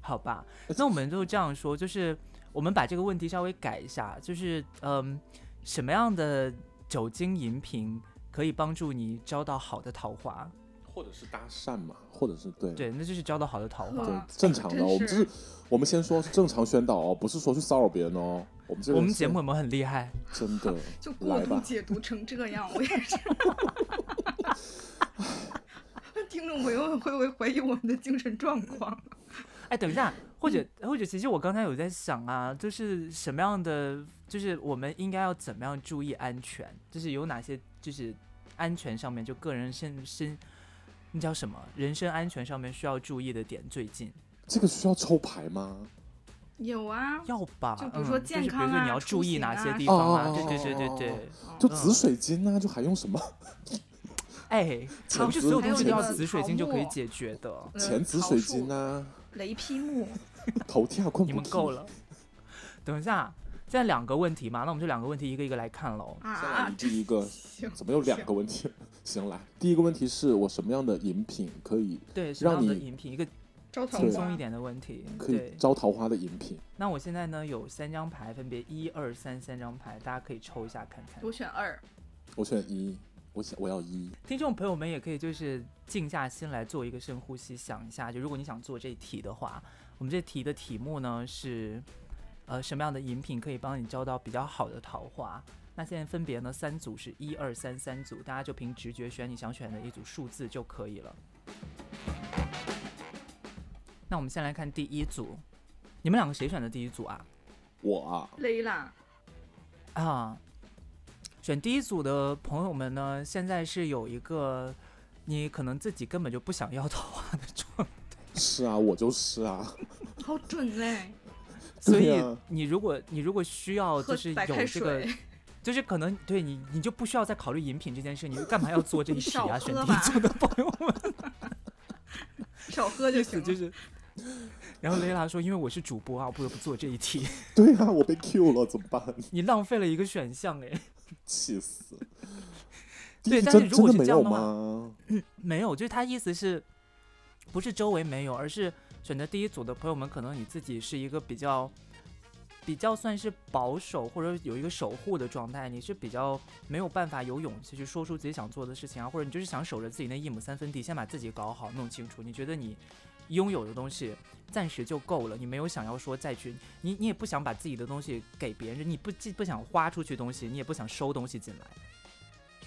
[SPEAKER 1] 好吧
[SPEAKER 2] 呃？
[SPEAKER 1] 那我们就这样说，就是我们把这个问题稍微改一下，就是嗯，什么样的酒精饮品可以帮助你招到好的桃花？
[SPEAKER 2] 或者是搭讪嘛，或者是对
[SPEAKER 1] 对，啊那就是招到好的桃花。
[SPEAKER 2] 对
[SPEAKER 3] 哇
[SPEAKER 2] 正常的。
[SPEAKER 3] 真
[SPEAKER 2] 我们就是是我们先说是正常宣导哦，不是说去骚扰别人哦。我们这个
[SPEAKER 1] 我们
[SPEAKER 2] 是
[SPEAKER 1] 节目有没有很厉害？
[SPEAKER 2] 真 的
[SPEAKER 3] 就过
[SPEAKER 2] 来
[SPEAKER 3] 度
[SPEAKER 2] 吧，
[SPEAKER 3] 解读成这样，我也是。 听众朋友们会不会怀疑我们的精神状况？
[SPEAKER 1] 哎，等一下，或者或者，其实我刚才有在想啊，就是什么样的，就是我们应该要怎么样注意安全，就是有哪些，就是安全上面，就个人身身，那叫什么，人身安全上面需要注意的点最近
[SPEAKER 2] 这个需要抽牌吗？
[SPEAKER 3] 有啊，
[SPEAKER 1] 要吧？
[SPEAKER 3] 就比如说
[SPEAKER 1] 嗯
[SPEAKER 3] 健
[SPEAKER 1] 就是比
[SPEAKER 3] 康
[SPEAKER 1] 如说
[SPEAKER 3] 啊
[SPEAKER 1] 你要
[SPEAKER 3] 出
[SPEAKER 1] 注意
[SPEAKER 3] 行
[SPEAKER 1] 哪些
[SPEAKER 3] 啊
[SPEAKER 1] 地
[SPEAKER 2] 什么
[SPEAKER 1] 方啊？对
[SPEAKER 2] 的
[SPEAKER 1] 对对对
[SPEAKER 2] 哦
[SPEAKER 1] 对
[SPEAKER 2] 哦哦，就
[SPEAKER 3] 嗯
[SPEAKER 2] 紫水晶呢、就还用什么
[SPEAKER 1] 哎，
[SPEAKER 2] 潜
[SPEAKER 1] 不是所有
[SPEAKER 2] 伏
[SPEAKER 1] 东西
[SPEAKER 2] 还
[SPEAKER 1] 都
[SPEAKER 2] 有
[SPEAKER 1] 要
[SPEAKER 2] 那个
[SPEAKER 1] 紫水
[SPEAKER 3] 桃
[SPEAKER 1] 晶就可以
[SPEAKER 3] 木
[SPEAKER 1] 解决的，
[SPEAKER 3] 呃
[SPEAKER 2] 前紫
[SPEAKER 3] 桃
[SPEAKER 2] 水
[SPEAKER 3] 树
[SPEAKER 2] 晶啊，
[SPEAKER 3] 雷 劈木，
[SPEAKER 2] 头跳困
[SPEAKER 1] 你
[SPEAKER 2] 不
[SPEAKER 1] 们
[SPEAKER 2] 踢
[SPEAKER 1] 够。了。等一下，现在两个问题嘛，那我们就两个问题一个一个来看喽。
[SPEAKER 3] 啊
[SPEAKER 2] 先来
[SPEAKER 3] 啊，
[SPEAKER 2] 第一个，
[SPEAKER 3] 行，
[SPEAKER 2] 怎么有两个问题？ 行，来，第一个问题是我什么样的饮品可以
[SPEAKER 1] 对，什么
[SPEAKER 2] 让
[SPEAKER 1] 样的
[SPEAKER 2] 你
[SPEAKER 1] 饮品？一个
[SPEAKER 3] 招桃
[SPEAKER 1] 轻
[SPEAKER 2] 对啊
[SPEAKER 1] 松
[SPEAKER 3] 花
[SPEAKER 1] 一，点的问题。
[SPEAKER 2] 可以
[SPEAKER 1] 对，
[SPEAKER 2] 招桃花的饮品？
[SPEAKER 1] 那我现在呢有三张牌，分别一二三三张牌，大家可以抽一下看看。
[SPEAKER 3] 我选二，
[SPEAKER 2] 我选一，我想我要一。
[SPEAKER 1] 听众朋友们也可以就是静下心来做一个深呼吸，想一下，就如果你想做这一题的话，我们这题的题目呢是，呃，什么样的饮品可以帮你招到比较好的桃花？那现在分别呢三组是一二三三组，大家就凭直觉选你想选的一组数字就可以了。那我们先来看第一组，你们两个谁选的第一组啊？
[SPEAKER 2] 我啊，
[SPEAKER 3] 雷啦，
[SPEAKER 1] 啊，选第一组的朋友们呢，现在是有一个你可能自己根本就不想要桃花的状态，
[SPEAKER 2] 是啊，我就是啊，
[SPEAKER 3] 好准嘞，
[SPEAKER 1] 所
[SPEAKER 2] 对
[SPEAKER 1] 以
[SPEAKER 2] 啊
[SPEAKER 1] 你如果你如果需要
[SPEAKER 3] 喝
[SPEAKER 1] 哦就是
[SPEAKER 3] 白
[SPEAKER 1] 有
[SPEAKER 3] 开
[SPEAKER 1] 这个
[SPEAKER 3] 水，
[SPEAKER 1] 就是可能对你，你就不需要再考虑饮品这件事，你干嘛要做这一题啊？
[SPEAKER 3] 少
[SPEAKER 1] 选
[SPEAKER 3] 喝
[SPEAKER 1] 题
[SPEAKER 3] 吧
[SPEAKER 1] 做的朋友们，
[SPEAKER 3] 少喝就
[SPEAKER 1] 意
[SPEAKER 3] 行
[SPEAKER 1] 思就
[SPEAKER 3] 了。
[SPEAKER 1] 是。 然后雷拉说：“因为我是主播啊，我不得不做这一题。
[SPEAKER 2] 对啊，我被 Q 了，怎么办？
[SPEAKER 1] 你浪费了一个选项哎。
[SPEAKER 2] 气死！
[SPEAKER 1] 对
[SPEAKER 2] 第一
[SPEAKER 1] 但是
[SPEAKER 2] 真
[SPEAKER 1] 如
[SPEAKER 2] 真
[SPEAKER 1] 果
[SPEAKER 2] 的
[SPEAKER 1] 是
[SPEAKER 2] 没
[SPEAKER 1] 这样
[SPEAKER 2] 有
[SPEAKER 1] 的话
[SPEAKER 2] 吗？
[SPEAKER 1] 没有，就是他意思是，不是周围没有，而是选择第一组的朋友们，可能你自己是一个比较比较算是保守或者有一个守护的状态，你是比较没有办法有勇气去说出自己想做的事情啊，或者你就是想守着自己那一亩三分地，先把自己搞好弄清楚，你觉得你。拥有的东西暂时就够了，你没有想要说再去，你你也不想把自己的东西给别人，你不既不想花出去东西，你也不想收东西进来，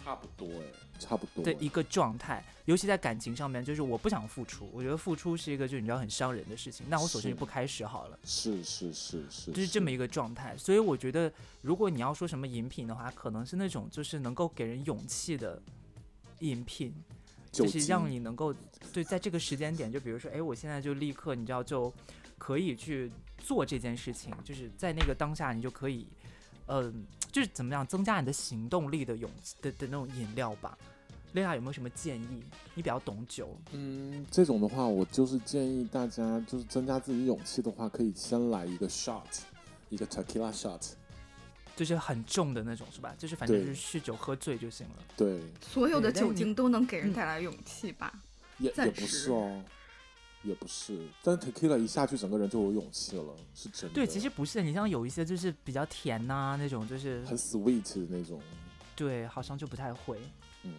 [SPEAKER 2] 差不多哎，差不多
[SPEAKER 1] 的
[SPEAKER 2] 哎
[SPEAKER 1] 一个状态，尤其在感情上面，就是我不想付出，我觉得付出是一个就你知道很伤人的事情，那我索性
[SPEAKER 2] 是
[SPEAKER 1] 就不开始好了，
[SPEAKER 2] 是是是是，
[SPEAKER 1] 就是这么一
[SPEAKER 2] 个
[SPEAKER 1] 个状态。所以我觉得，如果你要说什么饮品的话，可能是那种就是能够给人勇气的饮品，就是让你能够对在这个时间点，就比如说，哎，我现在就立刻，你知道就可以去做这件事情，就是在那个当下，你就可以，嗯、就是怎么样增加你的行动力的勇气的的那种饮料吧。丽娜有没有什么建议？你比较懂酒，
[SPEAKER 2] 嗯，这种的话，我就是建议大家，就是增加自己勇气的话，可以先来一个 shot，一个 tequila shot。
[SPEAKER 1] 就是很重的那种，是吧？就是反正就
[SPEAKER 2] 对
[SPEAKER 1] 是酗酒喝醉就行了。
[SPEAKER 2] 对，
[SPEAKER 3] 所有的
[SPEAKER 1] 对但
[SPEAKER 3] 酒
[SPEAKER 1] 你嗯
[SPEAKER 3] 精都能给人带来勇气吧？
[SPEAKER 2] 也
[SPEAKER 3] 暂
[SPEAKER 2] 也不
[SPEAKER 3] 时
[SPEAKER 2] 是哦，也不是。但 tequila 一下去，整个人就有勇气了，是真的。
[SPEAKER 1] 对，其实不是，你像有一些就是比较甜呐、那种，就是
[SPEAKER 2] 很 sweet 的那种。
[SPEAKER 1] 对，好像就不太会。
[SPEAKER 2] 嗯，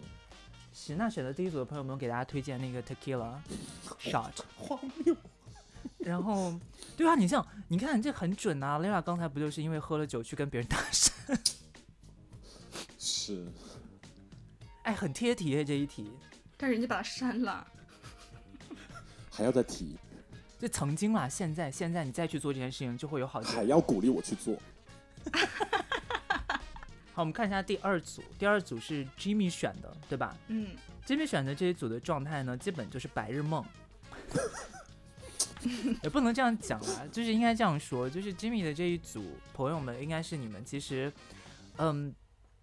[SPEAKER 1] 行，那选择第一组的朋友们，给大家推荐那个 tequila shot。
[SPEAKER 2] 荒谬。
[SPEAKER 1] 然后，对啊，你像你看这很准啊，Lila 刚才不就是因为喝了酒去跟别人搭讪？
[SPEAKER 2] 是，
[SPEAKER 1] 哎，很贴题耶这一题。
[SPEAKER 3] 但人家把它删了，
[SPEAKER 2] 还要再提，
[SPEAKER 1] 就曾经啦，现在现在你再去做这件事情，就会有好结
[SPEAKER 2] 还
[SPEAKER 1] 果。
[SPEAKER 2] 要鼓励我去做。
[SPEAKER 1] 好，我们看一下第二组，第二组是 Jimmy 选的，对吧
[SPEAKER 3] 嗯，
[SPEAKER 1] ？Jimmy 选的这一组的状态呢，基本就是白日梦。 也不能这样讲啊，就是应该这样说，就是 Jimmy 的这一组朋友们，应该是你们其实，嗯，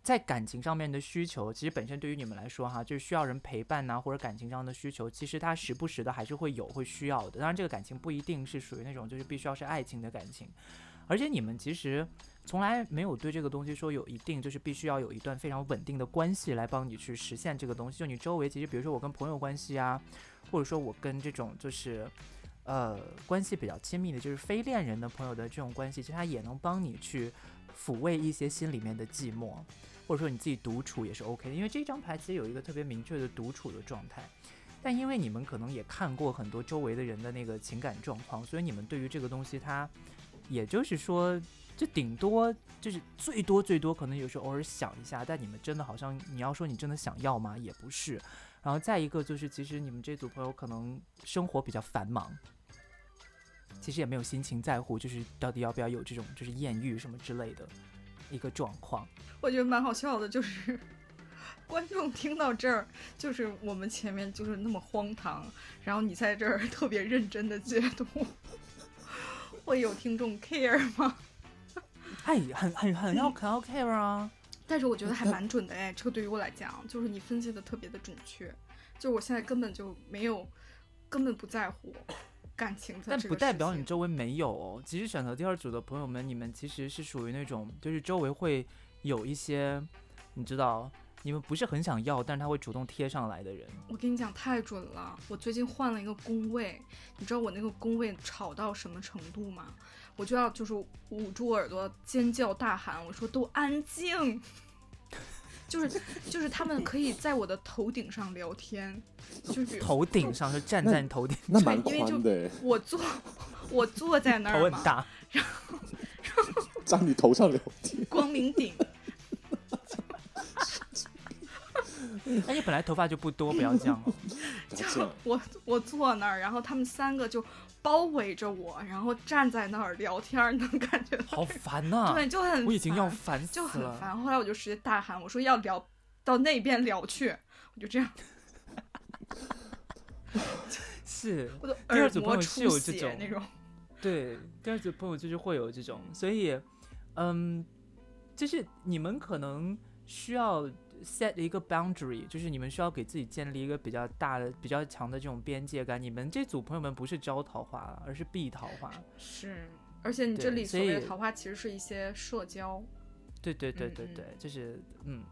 [SPEAKER 1] 在感情上面的需求，其实本身对于你们来说哈，就是需要人陪伴呐、或者感情上的需求，其实他时不时的还是会有会需要的。当然，这个感情不一定是属于那种就是必须要是爱情的感情，而且你们其实从来没有对这个东西说有一定就是必须要有一段非常稳定的关系来帮你去实现这个东西。就你周围其实，比如说我跟朋友关系啊，或者说我跟这种就是。呃，关系比较亲密的，就是非恋人的朋友的这种关系，其实它也能帮你去抚慰一些心里面的寂寞。或者说你自己独处也是 OK 的，因为这张牌其实有一个特别明确的独处的状态。但因为你们可能也看过很多周围的人的那个情感状况，所以你们对于这个东西，它也就是说，就顶多就是最多最多，可能有时候偶尔想一下，但你们真的好像你要说你真的想要吗？也不是。然后再一个就是，其实你们这组朋友可能生活比较繁忙，其实也没有心情在乎，就是到底要不要有这种就是艳遇什么之类的一个状况。
[SPEAKER 3] 我觉得蛮好笑的，就是 观众听到这儿，就是我们前面就是那么荒唐，然后你在这儿特别认真的解读， 会有听众 care 吗？
[SPEAKER 1] 哎，很很很要很要 care 啊！
[SPEAKER 3] 但是我觉得还蛮准的哎，这个对于我来讲，就是你分析的特别的准确，就我现在根本就没有，根本不在乎感情的
[SPEAKER 1] 但
[SPEAKER 3] 这个
[SPEAKER 1] 不代
[SPEAKER 3] 事
[SPEAKER 1] 表你
[SPEAKER 3] 情
[SPEAKER 1] 周围没有哦。其实选择第二组的朋友们，你们其实是属于那种，就是周围会有一些，你知道，你们不是很想要，但是他会主动贴上来的 人。
[SPEAKER 3] 我跟你讲太准了，我最近换了一个工位，你知道我那个工位吵到什么程度吗？我就要就是捂住耳朵尖叫大喊，我说都安静， 就是就是他们可以在我的头顶上聊天，就是
[SPEAKER 1] 头顶上就站在你头 顶，
[SPEAKER 2] 那蛮
[SPEAKER 3] 对因为就
[SPEAKER 2] 宽的哎，
[SPEAKER 3] 我坐我坐在那
[SPEAKER 1] 头
[SPEAKER 3] 儿
[SPEAKER 1] 很
[SPEAKER 3] 嘛，
[SPEAKER 1] 大。
[SPEAKER 2] 站你头上聊天。
[SPEAKER 3] 光明顶，
[SPEAKER 1] 哎，你本来头发就不多，不要这样哦。
[SPEAKER 2] 不要这样，
[SPEAKER 3] 我我坐那儿，然后他们三个就包围着我，然后站在那儿聊天儿，能感觉到，
[SPEAKER 1] 好烦呐、
[SPEAKER 3] 对，就很
[SPEAKER 1] 啊我已经要
[SPEAKER 3] 烦
[SPEAKER 1] 烦死
[SPEAKER 3] 就很
[SPEAKER 1] 了。
[SPEAKER 3] 烦。后来我就直接大喊，我说要聊到那边聊去，我就这样，
[SPEAKER 1] 是，
[SPEAKER 3] 我的
[SPEAKER 1] 第二
[SPEAKER 3] 耳
[SPEAKER 1] 组朋
[SPEAKER 3] 膜
[SPEAKER 1] 友是有
[SPEAKER 3] 出
[SPEAKER 1] 这
[SPEAKER 3] 血
[SPEAKER 1] 种
[SPEAKER 3] 那种。
[SPEAKER 1] 对，第二组朋友就是会有这种，所以，嗯，就是你们可能需要 set 一个 boundary，就是你们需要给自己建立一个比较大的、比较强的这种边界感。你们这组朋友们不是招桃花了，而是避桃花。
[SPEAKER 3] 是，而且你
[SPEAKER 1] 对
[SPEAKER 3] 这里
[SPEAKER 1] 所
[SPEAKER 3] 所谓
[SPEAKER 1] 以
[SPEAKER 3] 的桃花其实是一些社交，
[SPEAKER 1] 对对对
[SPEAKER 3] 嗯
[SPEAKER 1] 对
[SPEAKER 3] 嗯
[SPEAKER 1] 对，就是嗯，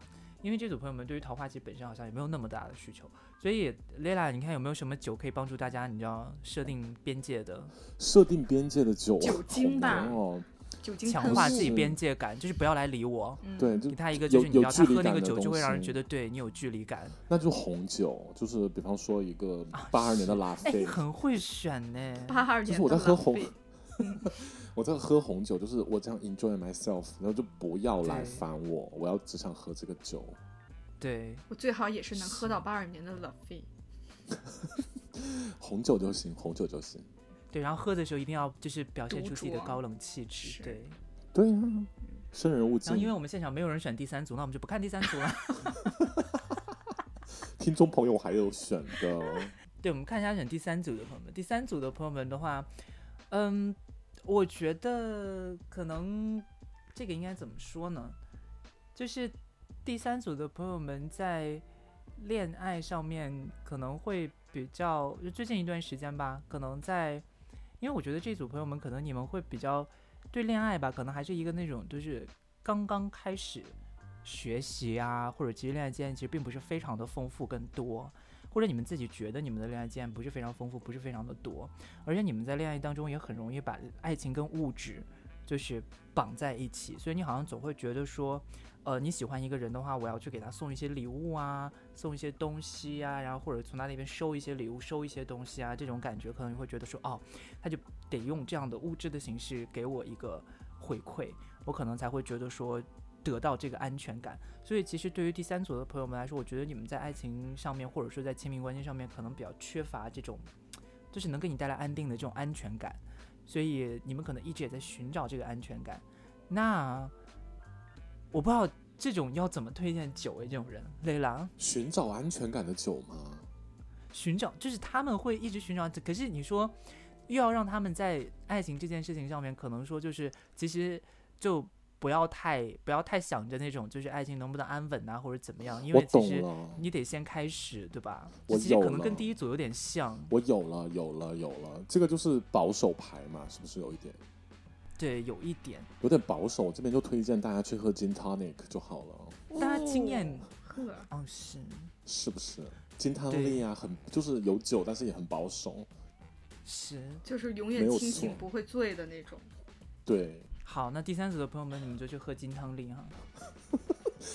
[SPEAKER 1] 因为这组朋友们对于桃花其实本身好像也没有那么大的需求，所以 Lela，你看有没有什么酒可以帮助大家，你知道设定边界的，
[SPEAKER 2] 设定边界的酒，
[SPEAKER 3] 酒精吧
[SPEAKER 2] 好难哦，
[SPEAKER 3] 酒精
[SPEAKER 1] 强
[SPEAKER 3] 喷
[SPEAKER 1] 化
[SPEAKER 3] 雾
[SPEAKER 1] 自己
[SPEAKER 2] 是
[SPEAKER 1] 边界感，就是不要来理我。
[SPEAKER 3] 嗯，
[SPEAKER 2] 对，就
[SPEAKER 1] 给他一个就
[SPEAKER 2] 有
[SPEAKER 1] 是你知道，
[SPEAKER 2] 有
[SPEAKER 1] 他
[SPEAKER 2] 距离
[SPEAKER 1] 喝那
[SPEAKER 2] 感
[SPEAKER 1] 个
[SPEAKER 2] 的
[SPEAKER 1] 酒就
[SPEAKER 2] 东
[SPEAKER 1] 会让人
[SPEAKER 2] 西
[SPEAKER 1] 觉得对你有距离感。
[SPEAKER 2] 那就红酒，就是比方说一个
[SPEAKER 3] 哦
[SPEAKER 2] 八二年的拉
[SPEAKER 1] 哎，你
[SPEAKER 2] 菲，
[SPEAKER 1] 很会选呢。
[SPEAKER 3] 八二年
[SPEAKER 2] 就是我在
[SPEAKER 3] 的
[SPEAKER 2] 喝
[SPEAKER 3] 浪
[SPEAKER 2] 红
[SPEAKER 3] 费，
[SPEAKER 2] 我在喝红酒，就是我这样 enjoy myself，然后就不要来
[SPEAKER 1] 对
[SPEAKER 2] 烦我，我要只想喝这个酒。
[SPEAKER 1] 对，
[SPEAKER 3] 我最好也是能喝到八二年的 l o v
[SPEAKER 2] 红酒就行，红酒就行。
[SPEAKER 1] 对，然后喝的时候一定要就是表现
[SPEAKER 3] 独
[SPEAKER 1] 出自己的
[SPEAKER 3] 酌
[SPEAKER 1] 高冷气质，
[SPEAKER 3] 是
[SPEAKER 1] 对。
[SPEAKER 2] 对啊，生人勿
[SPEAKER 1] 然后因为
[SPEAKER 2] 近。
[SPEAKER 1] 我们现场没有人选第三组，那我们就不看第三组了。
[SPEAKER 2] 听众朋友还有选的，
[SPEAKER 1] 对，我们看一下选第三组的朋友们。第三组的朋友们的话，嗯，我觉得可能这个应该怎么说呢？就是第三组的朋友们在恋爱上面可能会比较，就最近一段时间吧，可能在，因为我觉得这组朋友们可能你们会比较对恋爱吧，可能还是一个那种就是刚刚开始学习啊，或者其实恋爱经验其实并不是非常的丰富跟多。或者你们自己觉得你们的恋爱经验不是非常丰富，不是非常的多，而且你们在恋爱当中也很容易把爱情跟物质就是绑在一起，所以你好像总会觉得说，呃，你喜欢一个人的话，我要去给他送一些礼物啊，送一些东西啊，然后或者从他那边收一些礼物，收一些东西啊，这种感觉可能你会觉得说，哦，他就得用这样的物质的形式给我一个回馈，我可能才会觉得说得到这个安全感。所以其实对于第三组的朋友们来说，我觉得你们在爱情上面，或者说在亲密关系上面，可能比较缺乏这种，就是能给你带来安定的这种安全感，所以你们可能一直也在寻找这个安全感。那我不知道这种要怎么推荐酒诶，这种人，雷狼
[SPEAKER 2] 寻找安全感的酒吗？
[SPEAKER 1] 寻找就是他们会一直寻找，可是你说又要让他们在爱情这件事情上面，可能说就是其实就。不要太不要太想着那种就是爱情能不能安稳啊，或者怎么样，因
[SPEAKER 2] 我
[SPEAKER 1] 为其
[SPEAKER 2] 懂
[SPEAKER 1] 实
[SPEAKER 2] 了，
[SPEAKER 1] 你得先开始，对吧？
[SPEAKER 2] 我
[SPEAKER 1] 这其实可
[SPEAKER 2] 有
[SPEAKER 1] 能跟
[SPEAKER 2] 了
[SPEAKER 1] 第一组有点像，
[SPEAKER 2] 我有了，有了，有了。这个就是保守牌嘛，是不是有一点
[SPEAKER 1] 对，有一点。
[SPEAKER 2] 有点保守？这边就推荐大家去喝 gin tonic 就好了，
[SPEAKER 1] 大家经验，
[SPEAKER 3] 喝
[SPEAKER 1] 哦，是，
[SPEAKER 2] 是不是？金汤力啊，很就是有酒，但是也很保守。
[SPEAKER 1] 是。
[SPEAKER 3] 就是永
[SPEAKER 2] 没
[SPEAKER 3] 远
[SPEAKER 2] 有
[SPEAKER 3] 清
[SPEAKER 2] 错
[SPEAKER 3] 醒不会醉的那种。
[SPEAKER 1] 哦
[SPEAKER 2] 对，
[SPEAKER 1] 好，那第三组的朋友们，你们就去喝金汤力哈。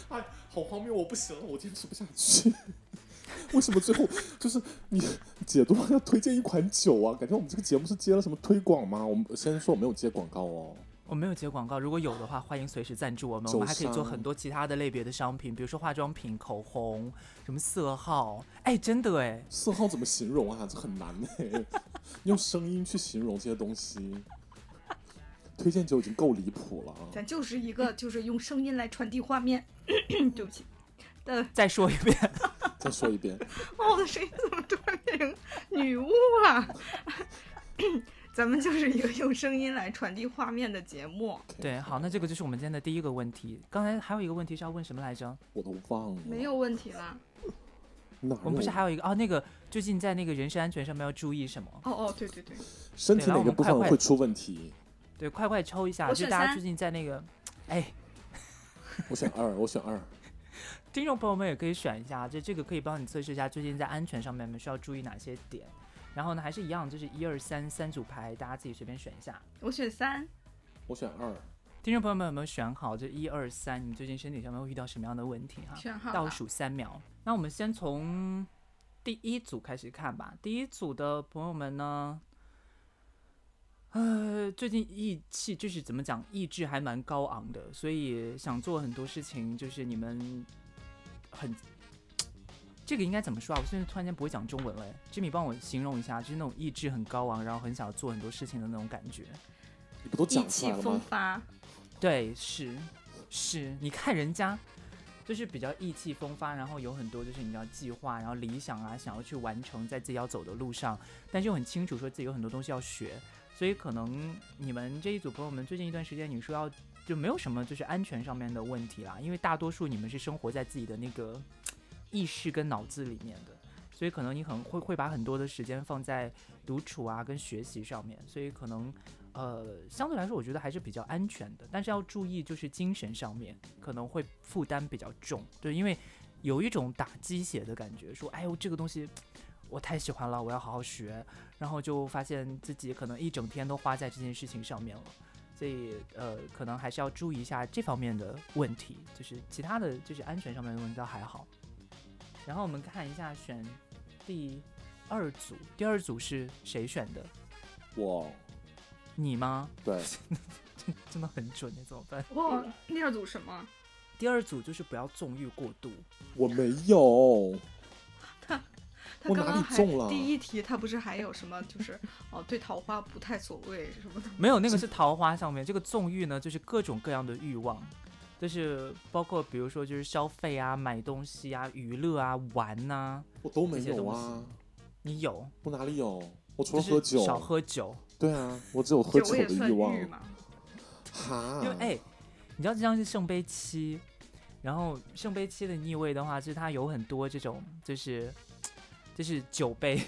[SPEAKER 2] 哎，好荒谬，我不行了，我坚持不下去。 为什么最后就是你姐都要推荐一款酒啊？感觉我们这个节目是接了什么推广吗？我们先说我没有接广告哦。
[SPEAKER 1] 我没有接广告，如果有的话，欢迎随时赞助我们。我们还可以做很多其他的类别的商品，比如说化妆品、口红、什么色号。哎，真的哎，
[SPEAKER 2] 色号怎么形容啊？这很难 哎、用声音去形容这些东西，推荐酒已经够离谱了啊！
[SPEAKER 3] 咱就是一个就是用声音来传递画面， 对不起。的
[SPEAKER 1] 再说一遍，
[SPEAKER 2] 再说一遍，
[SPEAKER 3] 哦，我的声音怎么突然变成女巫了？ 咱们就是一个用声音来传递画面的节目，
[SPEAKER 1] 对，啊好，那这个就是我们今天的第一个问题。刚才还有一个问题是要问什么来着？
[SPEAKER 2] 我都忘了，
[SPEAKER 3] 没有问题啦。
[SPEAKER 2] 哪有
[SPEAKER 1] 我们不是还有一个哦，那个最近在那个人身安全上面要注意什么？
[SPEAKER 3] 哦哦，对对对，
[SPEAKER 2] 身体
[SPEAKER 1] 对然后我
[SPEAKER 2] 哪个
[SPEAKER 1] 们
[SPEAKER 2] 部
[SPEAKER 1] 快
[SPEAKER 2] 分
[SPEAKER 1] 快
[SPEAKER 2] 会出问题？
[SPEAKER 1] 对，快快抽一下，
[SPEAKER 3] 我
[SPEAKER 1] 就
[SPEAKER 3] 选
[SPEAKER 1] 大家
[SPEAKER 3] 三
[SPEAKER 1] 最近在那个，哎，
[SPEAKER 2] 我选二，我选二，
[SPEAKER 1] 听众朋友们也可以选一下，就这个可以帮你测试一下最近在安全上面你们需要注意哪些点。然后呢，还是一样，就是一二三三组牌，大家自己随便选一下。
[SPEAKER 3] 我选三，
[SPEAKER 2] 我选二，
[SPEAKER 1] 听众朋友们有没有选好？这一二三，你们最近身体上面会遇到什么样的问题哈？
[SPEAKER 3] 选好
[SPEAKER 1] 倒
[SPEAKER 3] 了。
[SPEAKER 1] 数三秒。那我们先从第一组开始看吧。第一组的朋友们呢，呃，最近意气就是怎么讲，意志还蛮高昂的，所以想做很多事情，就是你们很。这个应该怎么说啊？我现在突然间不会讲中文了。Jimmy，帮我哎形容一下，就是那种意志很高昂，然后很想做很多事情的那种感觉。
[SPEAKER 2] 你不都
[SPEAKER 3] 意
[SPEAKER 2] 讲出
[SPEAKER 3] 气
[SPEAKER 2] 来了
[SPEAKER 3] 风
[SPEAKER 2] 吗？
[SPEAKER 3] 发，
[SPEAKER 1] 对，是是，你看人家就是比较意气风发，然后有很多就是你要计划，然后理想啊，想要去完成在自己要走的路上，但是又很清楚说自己有很多东西要学，所以可能你们这一组朋友们最近一段时间，你说要就没有什么就是安全上面的问题啦，因为大多数你们是生活在自己的那个意识跟脑子里面的，所以可能你很会会把很多的时间放在独处啊跟学习上面，所以可能呃相对来说我觉得还是比较安全的，但是要注意就是精神上面可能会负担比较重，对，因为有一种打鸡血的感觉，说哎呦这个东西。我太喜欢了，我要好好学，然后就发现自己可能一整天都花在这件事情上面了，所以呃，可能还是要注意一下这方面的问题，就是其他的就是安全上面的问题倒还好。然后我们看一下选第二组，第二组是谁选的？
[SPEAKER 2] 哇，
[SPEAKER 1] 你吗？
[SPEAKER 2] 对，
[SPEAKER 1] 真的很准，你怎么办？
[SPEAKER 3] 哇，第哦二组什么？
[SPEAKER 1] 第二组就是不要纵欲过度，
[SPEAKER 2] 我没有，
[SPEAKER 3] 他
[SPEAKER 2] 我
[SPEAKER 3] 刚
[SPEAKER 2] 哪
[SPEAKER 3] 刚
[SPEAKER 2] 里
[SPEAKER 3] 还
[SPEAKER 2] 中了
[SPEAKER 3] 第一题，他不是还有什么就是哦，对桃花不太所谓什么的。
[SPEAKER 1] 没有那个是桃花上面，这个纵欲呢就是各种各样的欲望，就是包括比如说就是消费啊、买东西啊、娱乐啊、玩呐、
[SPEAKER 2] 我都没
[SPEAKER 1] 这些
[SPEAKER 2] 有
[SPEAKER 1] 东
[SPEAKER 2] 啊，
[SPEAKER 1] 你有，
[SPEAKER 2] 我哪里有？我除
[SPEAKER 1] 就
[SPEAKER 2] 了
[SPEAKER 1] 是
[SPEAKER 2] 喝酒，
[SPEAKER 1] 少喝酒，
[SPEAKER 2] 对啊，我只有喝酒
[SPEAKER 3] 酒也
[SPEAKER 2] 的
[SPEAKER 3] 算
[SPEAKER 2] 欲望
[SPEAKER 3] 欲。嘛？
[SPEAKER 2] 哈，
[SPEAKER 1] 因为哎、你知道这张是圣杯七，然后圣杯七的逆位的话，就是它有很多这种，就是就是酒杯，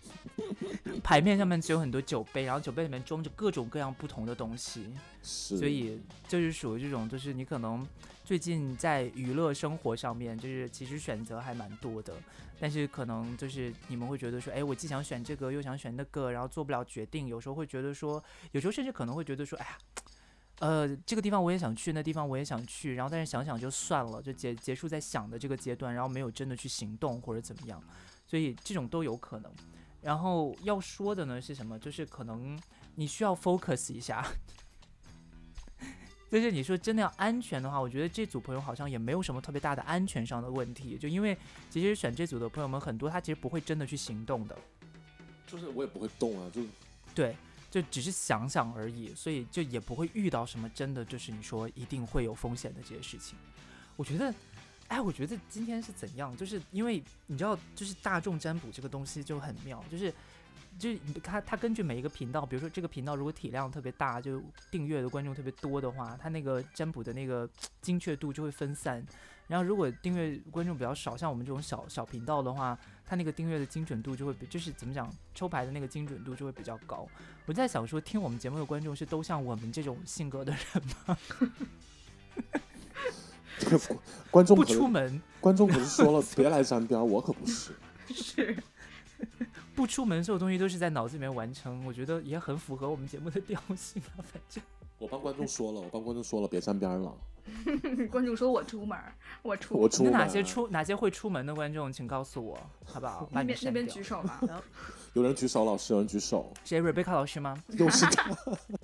[SPEAKER 1] 牌面上面只有很多酒杯，然后酒杯里面装着各种各样不同的东西，
[SPEAKER 2] 是，
[SPEAKER 1] 所以就是属于这种，就是你可能最近在娱乐生活上面，就是其实选择还蛮多的，但是可能就是你们会觉得说，哎，我既想选这个又想选那个，然后做不了决定，有时候会觉得说，有时候甚至可能会觉得说，哎呀。呃，这个地方我也想去，那地方我也想去，然后但是想想就算了，就结结束在想的这个阶段，然后没有真的去行动或者怎么样，所以这种都有可能。然后要说的呢是什么？就是可能你需要 focus 一下，就是你说真的要安全的话，我觉得这组朋友好像也没有什么特别大的安全上的问题，就因为其实选这组的朋友们很多，他其实不会真的去行动的，
[SPEAKER 2] 就是我也不会动啊，就
[SPEAKER 1] 对，就只是想想而已，所以就也不会遇到什么真的就是你说一定会有风险的这些事情。我觉得，哎，我觉得今天是怎样？就是因为你知道，就是大众占卜这个东西就很妙，就是。就是它，它根据每一个频道，比如说这个频道如果体量特别大，就订阅的观众特别多的话，它那个占卜的那个精确度就会分散。然后如果订阅观众比较少，像我们这种小小频道的话，它那个订阅的精准度就会比，就是怎么讲，抽牌的那个精准度就会比较高。我在想说，听我们节目的观众是都像我们这种性格的人，
[SPEAKER 2] 这个观众
[SPEAKER 1] 不
[SPEAKER 2] 可
[SPEAKER 1] 出
[SPEAKER 2] 能
[SPEAKER 1] 门，
[SPEAKER 2] 观众可是说了，别来沾边儿，我可不是。
[SPEAKER 3] 是，
[SPEAKER 1] 不出门，所有东西都是在脑子里面完成。我觉得也很符合我们节目的调性啊，反正。
[SPEAKER 2] 我帮观众说了，我帮观众说了，别沾边儿了。
[SPEAKER 3] 观众说我出门儿，我出。
[SPEAKER 2] 我出
[SPEAKER 1] 那
[SPEAKER 2] 门
[SPEAKER 1] 哪些出哪些会出门的观众，请告诉我，好不 好？把
[SPEAKER 3] 那
[SPEAKER 1] 你
[SPEAKER 3] 边那
[SPEAKER 1] 删
[SPEAKER 3] 边
[SPEAKER 1] 掉
[SPEAKER 3] 举。手吧。
[SPEAKER 2] 有人举手，老师有人 举手，
[SPEAKER 1] 谁？Rebecca 老师吗？
[SPEAKER 2] 又是他。